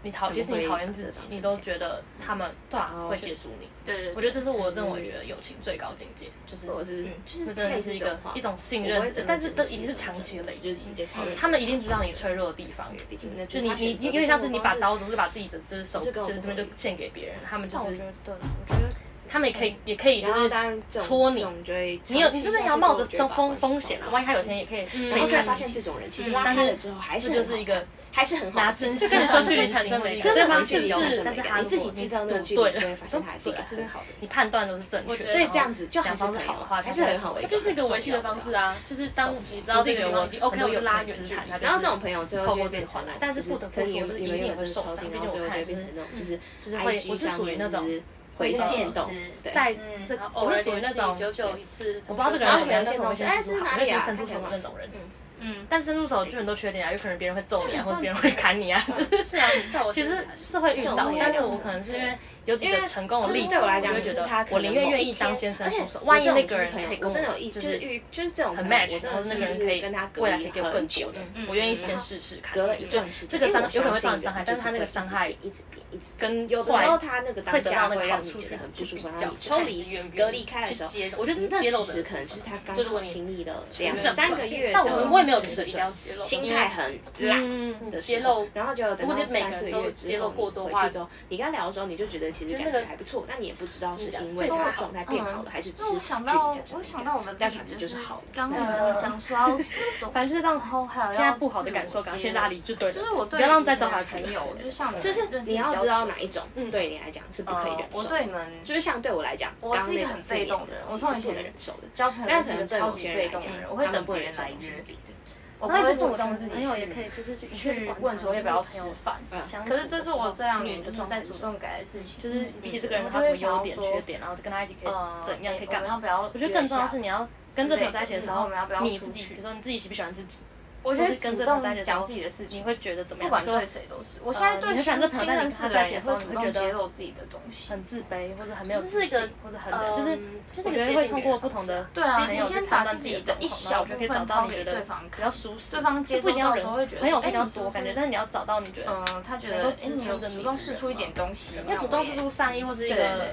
B: 你讨，即使你讨厌自己，你都觉得
C: 嗯
B: 他们对啊会解除你。
A: 对对
B: 我觉得这是我认为觉得友情最高境界，就是
C: 我是就
B: 这
C: 是
B: 真的
C: 类
B: 是
C: 似
B: 一
C: 这种
B: 个
C: 话
B: 一种信
C: 我
B: 任
C: 会真，的
B: 但是
C: 只
B: 这
C: 是
B: 已经是长期的累
C: 就是
B: 积。
C: 直接超越
B: 他们一定知道你脆弱的地方，
C: 毕竟那
B: 就是你
C: 他
B: 你
C: 选择
B: 你有
C: 的
B: 点像是
C: 生活
B: 你把
C: 方式
B: 刀子或是把自己的就是手
C: 是跟我
B: 就是
C: 不
B: 这边
C: 会
B: 就献给别人，他们就
D: 但我
B: 是
D: 觉得对了，我觉得
B: 他们也可以，也可以就
C: 然后
B: 是
C: 当然这种
B: 搓你
C: 这种就会长期下去之后，
B: 你有你真的要冒着
C: 就会
B: 风
C: 把
B: 风
C: 关系
B: 风
C: 伤
B: 险啊，
C: 害
B: 万一他有天也可以
E: 然
C: 然
B: 被
C: 后就
B: 看
C: 会
B: 见
C: 发现这种人其实
B: 嗯
C: 拉
B: 但
C: 开
B: 是
C: 了之后还
B: 这
C: 是
B: 就是
C: 很
B: 一
C: 好
B: 个
C: 还是很好
B: 拿
C: 的
B: 真心上去产生美感，
C: 真的
B: 但
C: 蛮
B: 是
C: 有
B: 是
C: 用的
B: 但是他
C: 你自己
B: 如果
C: 制造那个距
B: 对
C: 离，就会发现它还是一个
B: 对
C: 真正好的。
B: 你判断都是正确的，
C: 所以这样子就还
B: 两
C: 是
B: 方
C: 可
B: 是
C: 以
B: 好的
C: 了
B: 话，
C: 还是很好维
B: 维
C: 持，
B: 就是一个维系的方式啊。就是当你知道自己有问题，OK，我就拉远距离，
E: 然后这种朋友最后
B: 透
E: 就
B: 过
E: 会
B: 这
E: 变
B: 种
E: 成那种，
B: 但是
C: 就是
B: 不得
C: 可
B: 不
C: 能
B: 说，
C: 有
B: 就是
C: 有的
B: 一定
C: 人
B: 也
C: 会
B: 会
C: 受
B: 受伤，
C: 伤，
B: 毕
C: 然后
B: 竟
C: 最后
B: 我
C: 就
B: 看
C: 会变
B: 就是
C: 成那种就是
B: 就是会
C: IG
B: 我是
C: 上
B: 属于
C: 面
B: 那种
C: 就是
A: 会
C: 会
A: 现
C: 现动
A: 实，，
C: 对
B: 在
A: 嗯
B: 这
A: 然后
B: 我是属于那种
F: 久久一次，我
B: 我不知道这个人怎么样，
C: 然
B: 但是
C: 后
B: 我
C: 我
B: 会
C: 们
B: 先
C: 现在
A: 哎
B: 伸出
C: 是
B: 好
C: 哪里啊看起来
B: 类似伸出手的
C: 蛮
B: 那种人。
C: 嗯
A: 嗯，
B: 但伸出手就很多缺点啊，有可能别人会揍你啊，或者别人会砍你啊，就是
F: 是啊，在我
B: 其实是会遇
C: 这
B: 到
C: 种，
B: 但是我可能是因为有几个成功的例
C: 就是
B: 子，
C: 对我来讲
B: 就觉
C: 就是
B: 得
C: 他可能
B: 我宁愿愿意当先生出手，万一那个人可以跟
C: 我真的有意，
B: 就
C: 就是是遇就是这种
B: 很
C: 朋友
B: match，
C: 我
B: 然
C: 真
B: 后
C: 的
B: 那
C: 是
B: 个人可以
C: 跟他隔
B: 未来可以
C: 离
B: 给我更
C: 很
B: 久
C: 久
B: 的
C: 的，，
B: 我愿意先试试看，
C: 隔了一段时间，
B: 这个伤
C: 因为我
B: 有可能会
C: 相信
B: 造成伤害
C: 人
B: 但是他那个
C: 就
B: 伤害
C: 会一直变一直变，
B: 跟
C: 有的
B: 后
C: 时
B: 来
C: 候他那个当
B: 会得到
C: 下
B: 那
C: 会
B: 个好
C: 让你
B: 处
C: 觉
B: 去
C: 得很不舒服，
B: 比
C: 然
B: 较
C: 后你抽
B: 去
C: 离
B: 看
C: 隔离开的时候，
F: 揭露，我觉得是
C: 那
F: 揭露
C: 其
F: 的
C: 实可能就是他刚
F: 就是
C: 好
F: 我你
C: 经历了两
F: 正
C: 三
F: 反
C: 个月的时
B: 但
C: 候，
B: 我们我也没有
F: 就
B: 觉
F: 是
B: 得
F: 一定要揭露，
C: 心态很烂。
B: 嗯，
C: 的
F: 揭
C: 时
F: 露
C: 候，然后就等
F: 如果
C: 到
F: 你每个
C: 三四
F: 人
C: 个
F: 都
C: 月
F: 揭
C: 之
F: 露
C: 后，
F: 过多
C: 你
F: 的话
C: 回去之后，你跟他聊的时候，你就觉得其实
B: 就是
C: 感
B: 那个
C: 觉还不错，但你也不知道是
B: 怎么讲
C: 因为
A: 这个
C: 他
A: 我
C: 状态变好
A: 嗯
C: 了，还是只
A: 那
C: 是
A: 我想
C: 距离
A: 到
C: 产，
A: 我
C: 生了
A: 想
C: 敏
A: 到
C: 感
A: 我的
C: 但
A: 例
C: 反
A: 子
C: 正
A: 就
C: 就是好的。
A: 刚刚有讲说要
B: 反正就是让
A: 然后还有
B: 现在
A: 要
B: 不好的
A: 自
B: 感受
A: 我
B: 赶快
A: 揭
B: 先
A: 露
B: 拉离，就对了，
A: 就是我对
B: 不要让
A: 以
B: 再
A: 前
B: 找
A: 的
B: 下去
A: 朋。友，就像
C: 就是
A: 认识
C: 你要
A: 比较
C: 知道
A: 久
C: 哪一种对你来讲是不可以忍
A: 呃，我
C: 受。
A: 对你们
C: 就是像对我来讲，
A: 我
C: 刚
A: 是
C: 刚
A: 一
C: 那
A: 个
C: 种
A: 很被动的
C: 的
A: 人
C: 人，
A: 我从以
C: 是不
A: 前
C: 能忍受的。
A: 交朋友
C: 但
A: 是
C: 可
A: 一个
C: 能对
A: 超
C: 某
A: 级
C: 些
A: 被
C: 人
A: 动
C: 来
A: 的
C: 讲
A: 人，，
C: 他
A: 我会
C: 们
A: 等
C: 不
A: 别
C: 能
A: 人
C: 忍受
A: 来
C: 的东西是
A: 约，
C: 别的。
A: 我不
B: 然后
A: 会
B: 其实
A: 主
B: 我
A: 动
B: 跟
A: 自己
B: 朋友也可
A: 以。
B: 以，就是去
A: 去
B: 观
A: 问
B: 察
A: 说要不要吃饭，
B: 相处
A: 可是这
B: 的
A: 是
B: 时
A: 我
B: 候
A: 这两
B: 你
A: 年就
B: 的
A: 是
B: 状
A: 在
B: 态
A: 主
B: 是
A: 动改的事情，嗯
B: 就是比起这个人
A: 我
B: 他
A: 就
B: 什
A: 会
B: 么优点
A: 想要说
B: 缺点，然后跟他一起可
A: 呃
B: 以，怎样可以干
A: 我们
B: 嘛
A: 要？不要？
B: 我觉得更重要的是你要跟这朋友在一起的时
A: 之类的
B: 候
A: 我们要嗯不要，
B: 你自己，
A: 出去
B: 比如说你自己喜不喜欢自己，
A: 我觉
B: 就
A: 得
B: 是跟
A: 主
B: 这朋友在
A: 动
B: 一起的时
A: 讲
B: 候
A: 自己的事
B: 你
A: 情，
B: 会觉得怎么
A: 不
B: 样？
A: 管
B: 说
A: 对谁都是。我现在
B: 呃
A: 对
B: 你会
A: 新
B: 想这朋友
A: 新
B: 在
A: 认
B: 你跟
A: 识
B: 他
A: 的
B: 在一
A: 人也
B: 起
A: 会
B: 的时候
A: 主
B: 你
A: 动
B: 会觉
A: 揭
B: 得
A: 露自己的东西。
B: 很自卑，或者很没有
F: 这
B: 自
F: 是一个
B: 信，或者很
A: 嗯
B: 没有，就是
F: 就
B: 我觉得会通过不同的
A: 对啊，
B: 接
A: 你
B: 近
A: 先
B: 去
A: 把
B: 判断
A: 自
B: 自己
A: 己
B: 的
A: 的一
B: 状
A: 小部
B: 况然后就可以找
A: 分
B: 到
A: 抛
B: 你觉
A: 给
B: 得
A: 对方
B: 比较
A: 看，
B: 舒适，
A: 对方接
B: 不
A: 收
B: 一定要
A: 到
B: 人
A: 时候会觉得，
B: 朋友
A: 哎
B: 比较
A: 你是
B: 多
A: 不
B: 感觉，
A: 是
B: 但是你要找到你觉得。
A: 嗯，他觉
B: 能够
A: 得哎，
B: 支
A: 你
B: 撑
A: 有
B: 着你
A: 主动
B: 的
A: 试
B: 人
A: 出一
B: 嘛
A: 点东西，
B: 要
A: 那
B: 主
A: 我
B: 动
A: 也
B: 试出善意或是一
A: 对对
B: 个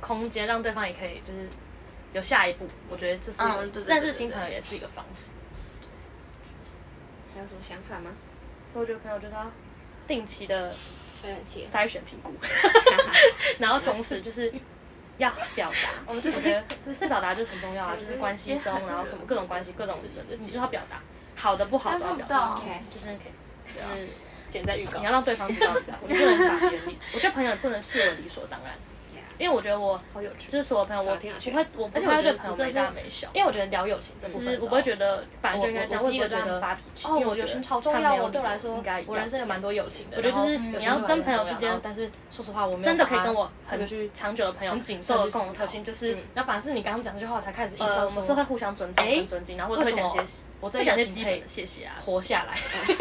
B: 空间，让对方也可以就是有下一步。我觉得这是
A: 嗯对对对
B: 认识新朋友也是一个方式。
C: 还有什么想法 (laughs) 吗？
B: 所以我觉得朋友就是要定期的
C: 很气。
B: 筛选评估，然后同时就是要表达。 (laughs) 我们就是觉得就是表达就是很重要啊，就是关 (laughs) 系中，然后什么各种关系各种，你就是要表达好的不好都要表达，
A: OK
B: 就是可以。
F: 剪在预告
B: 你要，让对方知道你在 (laughs) 乎，你不能打别人。我觉得朋友也不能视为理所当然，因为我觉得我
F: 好有趣。
B: 就是所有朋友，我
C: 挺有
B: 不
C: 趣
B: 会，我不
F: 而且我
B: 会
F: 觉
B: 对
F: 得
B: 朋友
F: 这
B: 没大没小，因为我觉得聊友情这部就分，是我不会觉得反正就应该这样，
F: 我我
B: 第一个就
F: 我不会觉得
B: 让发脾气，
F: 哦
B: 因为
F: 我
B: 觉
F: 友
B: 得
F: 情
B: 超
F: 超
B: 重
F: 重
B: 要
F: 要
B: 哦，
F: 哦对我来说
B: 应该
F: 我人生有蛮多友情的
B: 我觉得就是
F: 然后
B: 你要跟朋友
F: 友
B: 之
F: 情对我来说很重要，
B: 间但是说实话，我没有真的可以把它跟我特别去很长久的朋友很谨慎的去共同思特考性，就是那反而是你刚刚讲那句话，我才开始意识到
F: 呃
B: 我们是会互相尊重
F: 哎
B: 跟尊敬，然后或者会讲一
F: 为
B: 些
F: 什
B: 我
F: 这
B: 会讲一些
F: 友情
B: 基
F: 可以
B: 本的谢谢啊，活下来。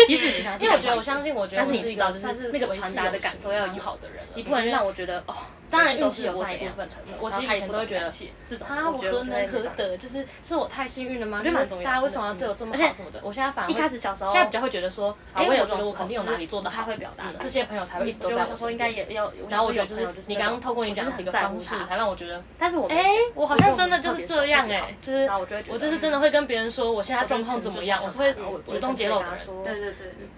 F: 即使平常是
B: 因为我觉
F: 干
B: 得
F: 嘛
B: 我相信，我觉得
F: 但是
B: 我
F: 你
B: 是一
F: 知道就
B: 个
F: 是
B: 那个传达的感受要
F: 很
B: 有
F: 好
B: 好，
F: 的人了，
B: 你不能让我觉得哦，当然运气有
F: 我
B: 这
F: 自己
B: 一
F: 也
B: 部
F: 有
B: 分成分。
F: 我
B: 我其
F: 其
B: 实
F: 实
B: 以
F: 以
B: 前
F: 前
B: 都
F: 都
B: 会
F: 会
B: 觉
F: 觉
B: 得
F: 得
B: 这种
F: 啊，我
B: 觉得
F: 何能何
B: 得。
F: 德？就是
B: 是我太幸运了吗？
F: 觉
B: 就
F: 得
B: 是
F: 蛮重要
B: 大家为什么要
F: 真的
B: 对我这么
F: 而
B: 好
F: 且
B: 什么的？
F: 我现在反而
B: 一
F: 会
B: 开始小时候，
F: 现在比较会觉得说，
B: 哎，
F: 哎，
B: 我
F: 我
B: 有
F: 觉
B: 这
F: 得
B: 种
F: 我肯定有哪里做的
B: 他
F: 好，
B: 会表达的，
F: 这些朋友才会一直
B: 我
F: 都在
B: 觉得
F: 我
B: 我
F: 身
B: 小时候
F: 边
B: 应该也要，
F: 然后我觉得就
B: 就
F: 是是你
B: 你刚
F: 刚
B: 刚
F: 刚
B: 透
F: 透
B: 过
F: 过
B: 你
F: 你
B: 讲
F: 讲几
B: 几个
F: 个
B: 方
F: 方
B: 式
F: 式，
B: 才
F: 才
B: 让我觉得，
F: 但是我
B: 哎，我好像真的就是这样哎，就是
F: 然后我就会觉
B: 我
F: 得，
B: 就是真的会跟别人说我现在状况怎么样，我是会主动揭露的人。
A: 对对对对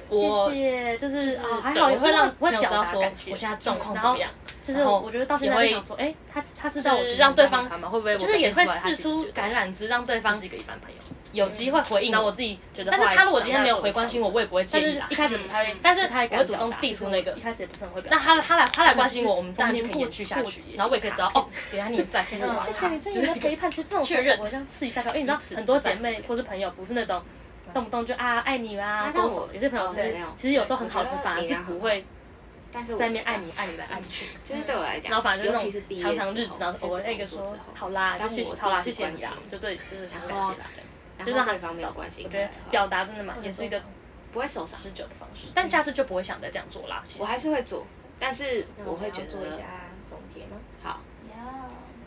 A: 对，
B: 我
F: 谢
B: 谢，就是啊
F: 哦
B: 还
F: 还
B: 好，
F: 好
B: 我会让
F: 我
B: 会
F: 真的
B: 表
F: 没有
B: 达
F: 知道说
B: 说我
F: 我
B: 现
F: 现
B: 在
F: 在
B: 状
F: 状
B: 况
F: 况
B: 怎
F: 怎
B: 么
F: 么
B: 样
F: 样。
B: 就是
F: 然后
B: 我觉得到现在
F: 也
B: 会
F: 会
B: 想说，哎，他他知道我
F: 就
B: 其
F: 是
B: 实
F: 让对
B: 关
F: 方
B: 心他吗？会不会我
F: 就是也会
B: 表现出来他
F: 试
B: 其实
F: 出
B: 觉得
F: 感染值，让对
B: 就
F: 方
B: 是一个一般朋友，有机会回应到我自己觉得坏但的是地方。他如果今天没有回关心我，我
F: 我
B: 也
F: 也不会
B: 但
F: 介
B: 是
F: 意啦
B: 一。开始不太，但
F: 但是他也
B: 我
F: 敢
B: 会主
F: 表
B: 动
F: 达
B: 递出那个，
F: 就是
B: 一开始也不是很会表那达。
F: 他他来他
B: 他
F: 来
B: 来关
F: 关
B: 心
F: 心
B: 我，
F: 我，
B: 我
F: 我
B: 们
F: 们
B: 当
F: 当
B: 然
F: 然就
B: 就可
F: 可
B: 以
F: 以
B: 过
F: 过
B: 去
F: 去
B: 下
F: 下
B: 去
F: 去。。
B: 然后我也可以知道，哦，原来你也在，
F: 嗯
B: 谢谢你这个陪伴，其实这种啊确认，我这样刺一下就，因为哎你知道很多姐妹或是朋友不是那种动不动就啊爱你啦，
C: 啊
B: 多
C: 但
B: 手
C: 我，
B: 有些朋友就是
C: 对
B: 其实有时候很好的朋友反而
C: 我觉
B: 是
C: 得你啊
B: 不会
C: 但是我
B: 在那边爱你，爱你来爱去，
C: 啊就是对我来讲，
B: 然后反正
C: 尤
B: 就
C: 其
B: 是
C: 是
B: 那
C: 毕
B: 种
C: 业之后
B: 常常日子，然后偶尔那个
C: 开始工作
B: 说
C: 之后
B: 好啦，就
C: 当
B: 谢谢，
C: 我
B: 好啦，谢
C: 第一次
B: 谢你啊
C: 关，心
B: 就这里就是很感
C: 然后
B: 谢啦，对，
C: 然
B: 就
C: 后
B: 让他
C: 对嗯
B: 知道
C: 方没有关心
B: 我觉得
C: 回来的话
B: 表达真的嘛，也是一个
C: 不会受伤，
B: 持久的方式，但下次就不会想再这样做啦。其实
C: 我还是会做，但是我会觉
G: 做一
C: 得
G: 下总结吗？
C: 好，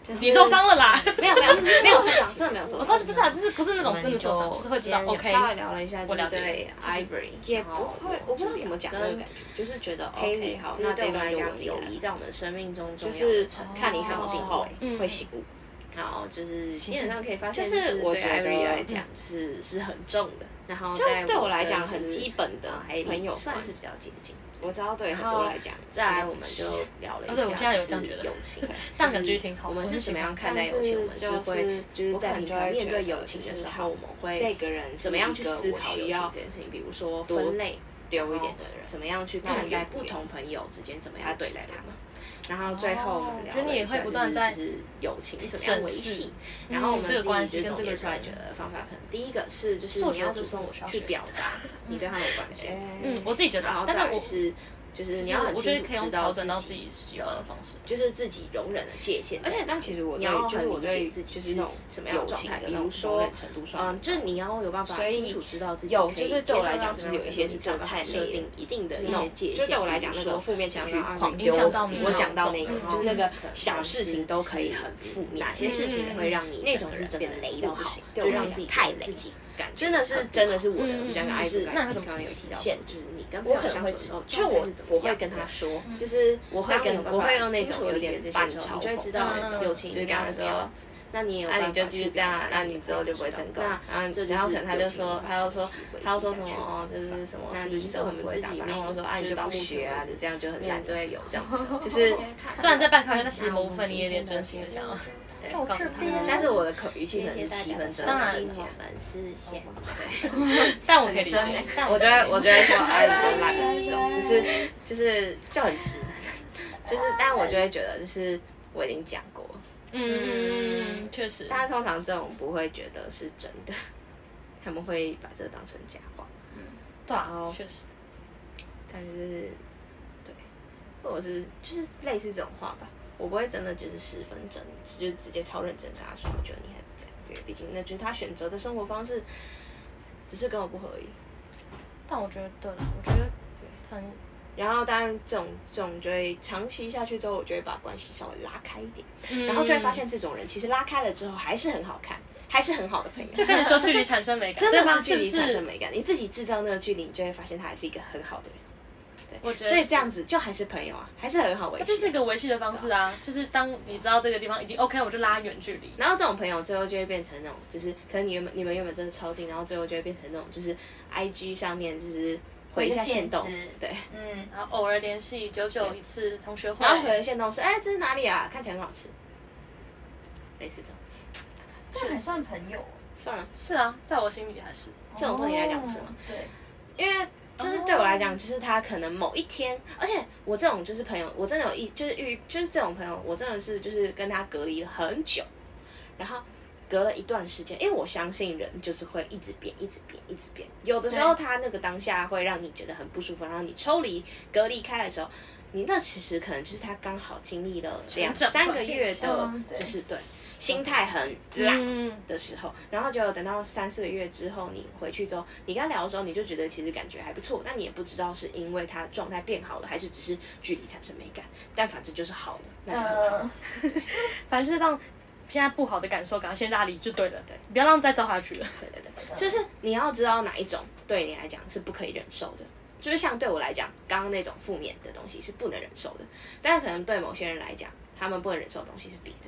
C: 就是
B: 你受伤了啦，
C: 没有没有没有受伤，真的没有受
B: 我
C: 伤
B: 说。不是啊，就是不是那种真的受伤，
G: 我们就
B: 就是会知道
G: 今天有
B: OK，
C: 稍微聊了一下，
B: 我了解
C: 对 Ivory，也不会，我不知道怎么讲那个感觉，就是觉得 OK，好，那这一段就我自己友谊在我们生命中重
G: 就
C: 要的
G: 是
C: 成哦嗯看你什么时候会醒悟。然后就是基本上可以发现，就是
G: 我
C: 我嗯
G: 觉
C: 对
G: 得
C: Ivy 来讲哦是是很重的，然后就对我来讲很基本的，还朋友算是比较接近。嗯呃我知道对很
A: 后
C: 多来讲。再
A: 来
C: 来，我们就聊了一
B: 对我现
C: 下，
B: 在有
C: 就
B: 这样
C: 是
B: 觉得
C: 友情。
B: 但感觉挺好。
C: 我们是怎么样看待但友是情？我们是就
A: 会
C: 是
A: 就是
C: 我
A: 在
C: 可能
A: 平
C: 就
A: 常
C: 会
A: 面
C: 觉
A: 对
C: 得
A: 友
C: 就
A: 情的
C: 是
A: 时
C: 好
A: 候，我们会
C: 这个人
A: 怎么样去思考
C: 需
A: 友情
C: 要
A: 这件事情？比如说
C: 多
A: 分类
C: 丢一
A: 一
C: 点
A: 点
B: 哦
C: 的
A: 的
C: 人，
A: 人，
C: 怎
A: 怎
C: 么
A: 么
C: 样
A: 样去
C: 那
A: 看
C: 你
A: 待
C: 愿不
A: 不
C: 愿
A: 同
C: 意
A: 朋友之间怎
B: 啊
A: 么样对待
C: 他
A: 他
C: 们
A: 们？然后最后我们聊
B: 觉哦得你
A: 了一
B: 也
A: 下，
B: 会不断在
A: 就是友情怎么样维
B: 审视嗯
A: 系，然后我们
B: 这个关
A: 自己
B: 系
A: 就
B: 跟
A: 总结
B: 这个
A: 出来，
B: 关
A: 觉
B: 系
A: 得方法可能第一个是就是
B: 我
A: 你
B: 觉得
A: 要
B: 这
A: 主
B: 是我
A: 动
B: 需要
A: 去
B: 学
A: 表
B: (laughs)
A: 达你对他们的关心，
B: 嗯，我自己觉得
A: 然
B: 啊
A: 后，再
B: 但
A: 来
B: 是
A: 是就是
B: 我
A: 你要很
B: 我觉
A: 清
B: 得可以
A: 楚知
B: 用
A: 道
B: 调整到自
A: 己
B: 己喜欢的方式。
A: 就是自己容忍的界限在
C: 而
A: 哪里。
C: 且，但其实我
A: 你要
C: 对就是
A: 很
C: 我
A: 理解
C: 对
A: 自己
C: 就是那种
A: 什么样的
C: 友
A: 状
C: 情
A: 态，
C: 的
A: 比
C: 那
A: 如
C: 种
A: 说
C: 容忍程度上
A: 嗯，就是你要有办法
C: 所以
A: 清楚知道自己
C: 有
A: 可以
C: 就是对我来讲
A: 接
C: 就
A: 受到
C: 是有一些
A: 什
C: 是
A: 么程
C: 真
A: 度
C: 的
A: 你
C: 太
A: 就设
C: 累
A: 定
C: 了
A: 一定的
C: 那
A: 一些
C: 种
A: 界限，
C: 就对我来讲
A: 比
C: 那
A: 如
C: 个
A: 说
C: 负面情绪
A: 情绪
C: 狂
A: 狂
C: 丢，
B: 影响到你
C: 我
B: 那
C: 讲到
B: 种
C: 那个
B: 嗯，
C: 就是那个小
A: 嗯
C: 事情都可以很负面，嗯
A: 哪些事情会让你
C: 那
A: 整
C: 种
A: 个
C: 是
A: 人
C: 真
A: 变
C: 的
A: 得
C: 累
A: 雷
C: 到
A: 到
C: 不
A: 不
C: 行
A: 行，，
C: 对
A: 就
C: 我
A: 让
C: 来
A: 自己
C: 讲太累
A: 自己感觉
C: 真的是真的是我的，
B: 嗯
C: 我像个爱
A: 就是
C: 不
B: 那
C: 爱
B: 你会怎
C: 刚
B: 么
C: 刚有提
A: 极
C: 到，
A: 限，就是你跟朋
C: 我
A: 友
C: 可能
A: 相处
C: 会
A: 的时候，
C: 就
A: 状态
C: 我
A: 是怎么
C: 我会
A: 样
C: 跟
A: 的
C: 他说，
A: 就是我
C: 会跟我
A: 我
C: 会
A: 会
C: 用
A: 用
C: 那
A: 那
C: 种
A: 种
C: 有
A: 有
C: 点
A: 点
C: 半
A: 半
C: 嘲
A: 嘲，
C: 讽
A: 就会知道
B: 嗯
A: 友情
C: 就是
A: 应
C: 跟
A: 该
C: 他
A: 要怎么
C: 说
A: 样子。那你也有
C: 那、
A: 办法
C: 你
A: 去
C: 就
A: 表达，
C: 继续这样啊，那你之后就不会成功。
A: 那
C: 然后
A: 这
C: 然后
A: 是
C: 可能他就
A: 友情
C: 说
A: 的，
C: 他就说
A: 方式，
C: 他就说什
A: 维系下去
C: 么哦，就是什么
A: 那
C: 自己
A: 就是
C: 都
A: 我
C: 很
A: 们
C: 不会
A: 自
C: 打
A: 己
C: 扮。
A: 没
C: 然后我
A: 有
C: 说啊，你
A: 就
C: 就
A: 到
C: 不
A: 目前
C: 学啊
A: 为，止
C: 你这样就很
A: 面
C: 烂。
A: 对友这样，
C: 就
A: 就
C: (laughs)
A: 是是
B: 虽然在半开玩笑，但其实某部分你有点真心的想要告诉他，
C: 但是我的口语气可能是七分真
B: 当然
C: 实。
A: 们是现
B: 但我可以理解。但
C: 我
B: 我
C: 觉得，我觉得说，哎，你就烂了这种，就是就是就很直男，就是，但我就会觉得，就是我已经讲过了，
B: 嗯，确实，
C: 大家通常这种不会觉得是真的，他们会把这个当成假话。
B: 对啊，确实。
C: 但是，对，或者是就是类似这种话吧，我不会真的就是十分真，就直接超认真跟他说，我觉得你很这样，因为毕竟那就是他选择的生活方式，只是跟我不合而已。
B: 但我觉得对了，我觉得很
C: 然后当然这种这种就会长期下去之后，我就会把关系稍微拉开一点，
B: 嗯
C: 然后就会发现这种人其实拉开了之后还是很好看，还是很好的朋友。就
B: 跟你说距离产生美感，
C: 真的
B: 但
C: 是
B: 是
C: 距离
B: 是不
C: 产
B: 是
C: 生美感，你自己制造那个距离，你就会发现他还是一个很好的人。
B: 我觉得
C: 所以这样子就还是朋友啊，还是很好维系。
B: 这是一个维系的方式啊，就是当你知道这个地方已经 OK，我就拉远距离。
C: 然后这种朋友最后就会变成那种，就是可能你原本你们原本真的超近，然后最后就会变成那种，就是 I G 上面就是回一下线动
G: 回个现实，
C: 对，
G: 嗯，
B: 然后偶尔联系，久久一次同学会
C: 然，后回个线动是哎、这是哪里啊？看起来很好吃，类似这种。
G: 这很算朋友，
C: 算了，
B: 是啊，在我心里还是
C: 这种对你来讲不是吗？
G: 哦对，哦
C: 因为就是对我来讲，就是他可能某一天，而且我这种就是朋友，我真的有一就是遇就是这种朋友，我真的是就是跟他隔离了很久，然后隔了一段时间，因为我相信人就是会一直变，一直变，一直变。有的时候他那个当下会让你觉得很不舒服，然后你抽离隔离开来的时候，你那其实可能就是他刚好经历了两
B: 成长
C: 三个月的
G: 嗯，对
C: 就是对心态很烂。
B: 嗯，
C: 的时候，然后就等到三四个月之后，你回去之后，你跟他聊的时候，你就觉得其实感觉还不错，但你也不知道是因为他状态变好了，还是只是距离产生美感，但反正就是好了，那就好了。
G: 呃，
B: (laughs) 反正就是让现在不好的感受赶快先拉离就对了，对，不要让再糟下去了。
C: 对对对，就是你要知道哪一种对你来讲是不可以忍受的，就是像对我来讲，刚刚那种负面的东西是不能忍受的，但可能对某些人来讲，他们不能忍受的东西是别的。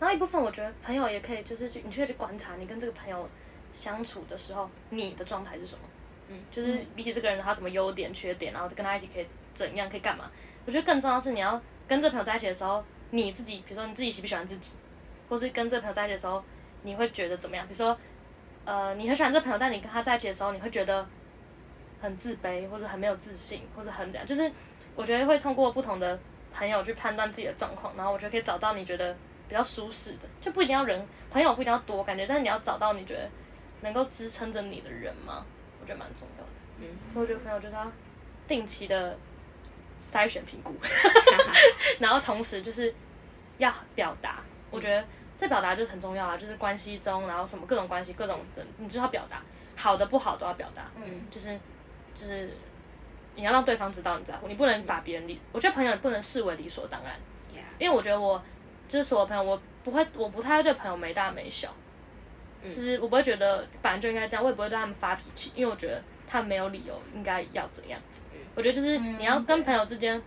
B: 然后一部分我觉得朋友也可以，就是去你去去观察你跟这个朋友相处的时候，你的状态是什么。嗯，就是比起这个人他有什么优点、缺点，然后跟他一起可以怎样，可以干嘛？我觉得更重要的是你要跟这朋友在一起的时候，你自己，比如说你自己喜不喜欢自己，或是跟这朋友在一起的时候，你会觉得怎么样？比如说，呃，你很喜欢这朋友，但你跟他在一起的时候，你会觉得很自卑，或者很没有自信，或者很怎样？就是我觉得会通过不同的朋友去判断自己的状况，然后我觉得可以找到你觉得比较舒适的，就不一定要人朋友不一定要多感觉，但是你要找到你觉得能够支撑着你的人嘛，我觉得蛮重要的。嗯，所以我觉得朋友就是要定期的筛选评估， (laughs) 然后同时就是要表达，我觉得这表达就是很重要啊，就是关系中，然后什么各种关系各种的，你就要表达好的不好都要表达，嗯，就是就是。你要让对方知道你在乎，你不能把别人理，我觉得朋友不能视为理所当然因为我觉得我就是所有朋友，我不会，我不太会对朋友没大没小，就是我不会觉得本来就应该这样，我也不会对他们发脾气，因为我觉得他们没有理由应该要怎样。我觉得就是你要跟朋友之间，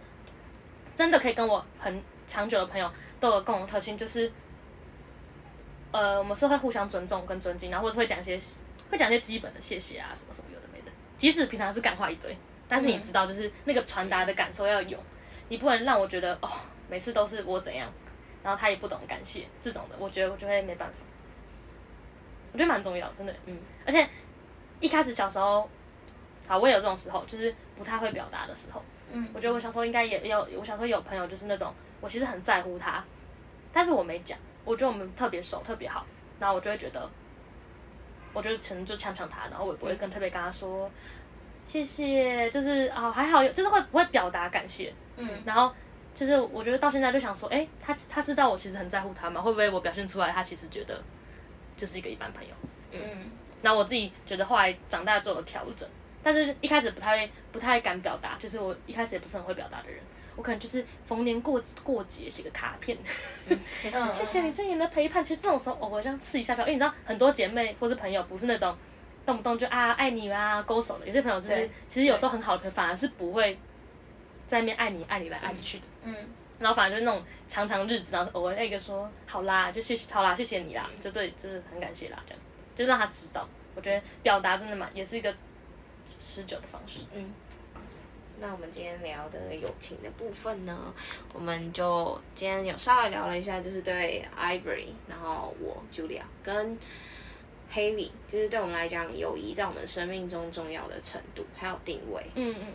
B: 真的可以跟我很长久的朋友都有共同特性，就是呃，我们是会互相尊重跟尊敬，然后或是会讲一些会讲一些基本的谢谢啊什么什么有的没的，即使平常是感话一堆，但是你知道，就是那个传达的感受要有，你不能让我觉得哦，每次都是我怎样，然后他也不懂感谢这种的，我觉得我就会没办法。我觉得蛮重要，真的，嗯，而且一开始小时候，好，我也有这种时候，就是不太会表达的时候，嗯，我觉得我小时候应该也有，我小时候有朋友就是那种，我其实很在乎他，但是我没讲，我觉得我们特别熟，特别好，然后我就会觉得，我就可能就呛呛他，然后我也不会跟特别跟他说。谢谢，就是哦，还好有，就是会不会表达感谢，嗯，然后就是我觉得到现在就想说，哎，他他知道我其实很在乎他嘛，会不会我表现出来，他其实觉得就是一个一般朋友，
G: 嗯，
B: 然后我自己觉得后来长大之后有调整，但是一开始不太不太敢表达，就是我一开始也不是很会表达的人，我可能就是逢年过过节写个卡片，
G: 嗯
B: 谢谢你这一年的陪伴。其实这种时候，哦，我这样刺一下就好，因为你知道很多姐妹或是朋友不是那种动不动就啊爱你啦、勾手的，有些朋友就是
G: 对
B: 其实有时候很好的朋友反而是不会在那边爱你爱你来爱你去的。
G: 嗯，
B: 然后反正就是那种长长日子，然后偶尔那个说好啦，就谢谢，好啦，谢谢你啦，就这里就是很感谢啦，这样就让他知道。我觉得表达真的蛮也是一个持久的方式。
C: 那我们今天聊的友情的部分呢，我们就今天有稍微聊了一下，就是对 Ivory，然后我 Julia 跟 Haley，就是对我们来讲，友谊在我们生命中重要的程度还有定位。
B: 嗯嗯，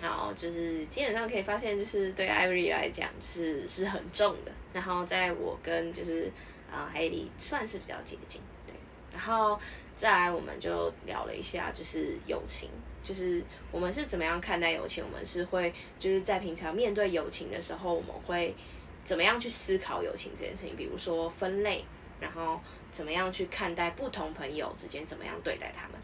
C: 然后就是基本上可以发现，就是对 Ivory 来讲是是很重的，然后在我跟就是啊、呃、Haley 算是比较接近，对。然后再来我们就聊了一下，就是友情，就是我们是怎么样看待友情，我们是会就是在平常面对友情的时候，我们会怎么样去思考友情这件事情，比如说分类，然后怎么样去看待不同朋友之间怎么样对待他们。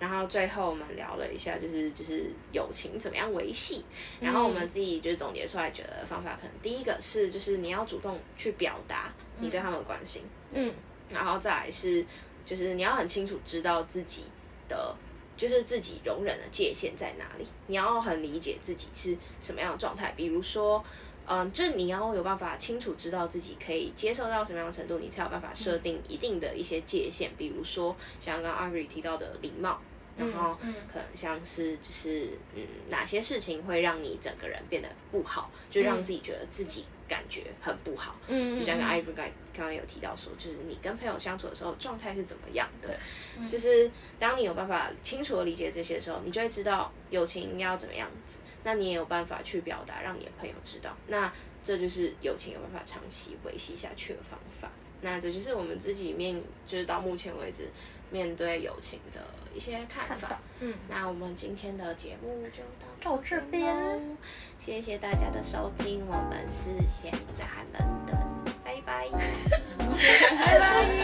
C: 然后最后我们聊了一下，就是就是友情怎么样维系。然后我们自己就是总结出来，觉得方法可能第一个是就是你要主动去表达你对他们的关心，
B: 嗯，
C: 然后再来是就是你要很清楚知道自己的。就是自己容忍的界限在哪里，你要很理解自己是什么样的状态。比如说，嗯，就是你要有办法清楚知道自己可以接受到什么样的程度，你才有办法设定一定的一些界限。比如说，像刚刚阿瑞提到的礼貌，然后可能像是就是嗯哪些事情会让你整个人变得不好，就让自己觉得自己感觉很不好。嗯，就像刚 Ivory 刚刚刚有提到说，就是你跟朋友相处的时候状态是怎么样的，就是当你有办法清楚的理解这些的时候，你就会知道友情应该要怎么样子。那你也有办法去表达，让你的朋友知道。那这就是友情有办法长期维系下去的方法。那这就是我们自己面，就是到目前为止面对友情的一些看法。嗯，那我们今天的节目就到这边喽，谢谢大家的收听，我们是闲杂人等，拜拜。
H: (laughs) 拜拜。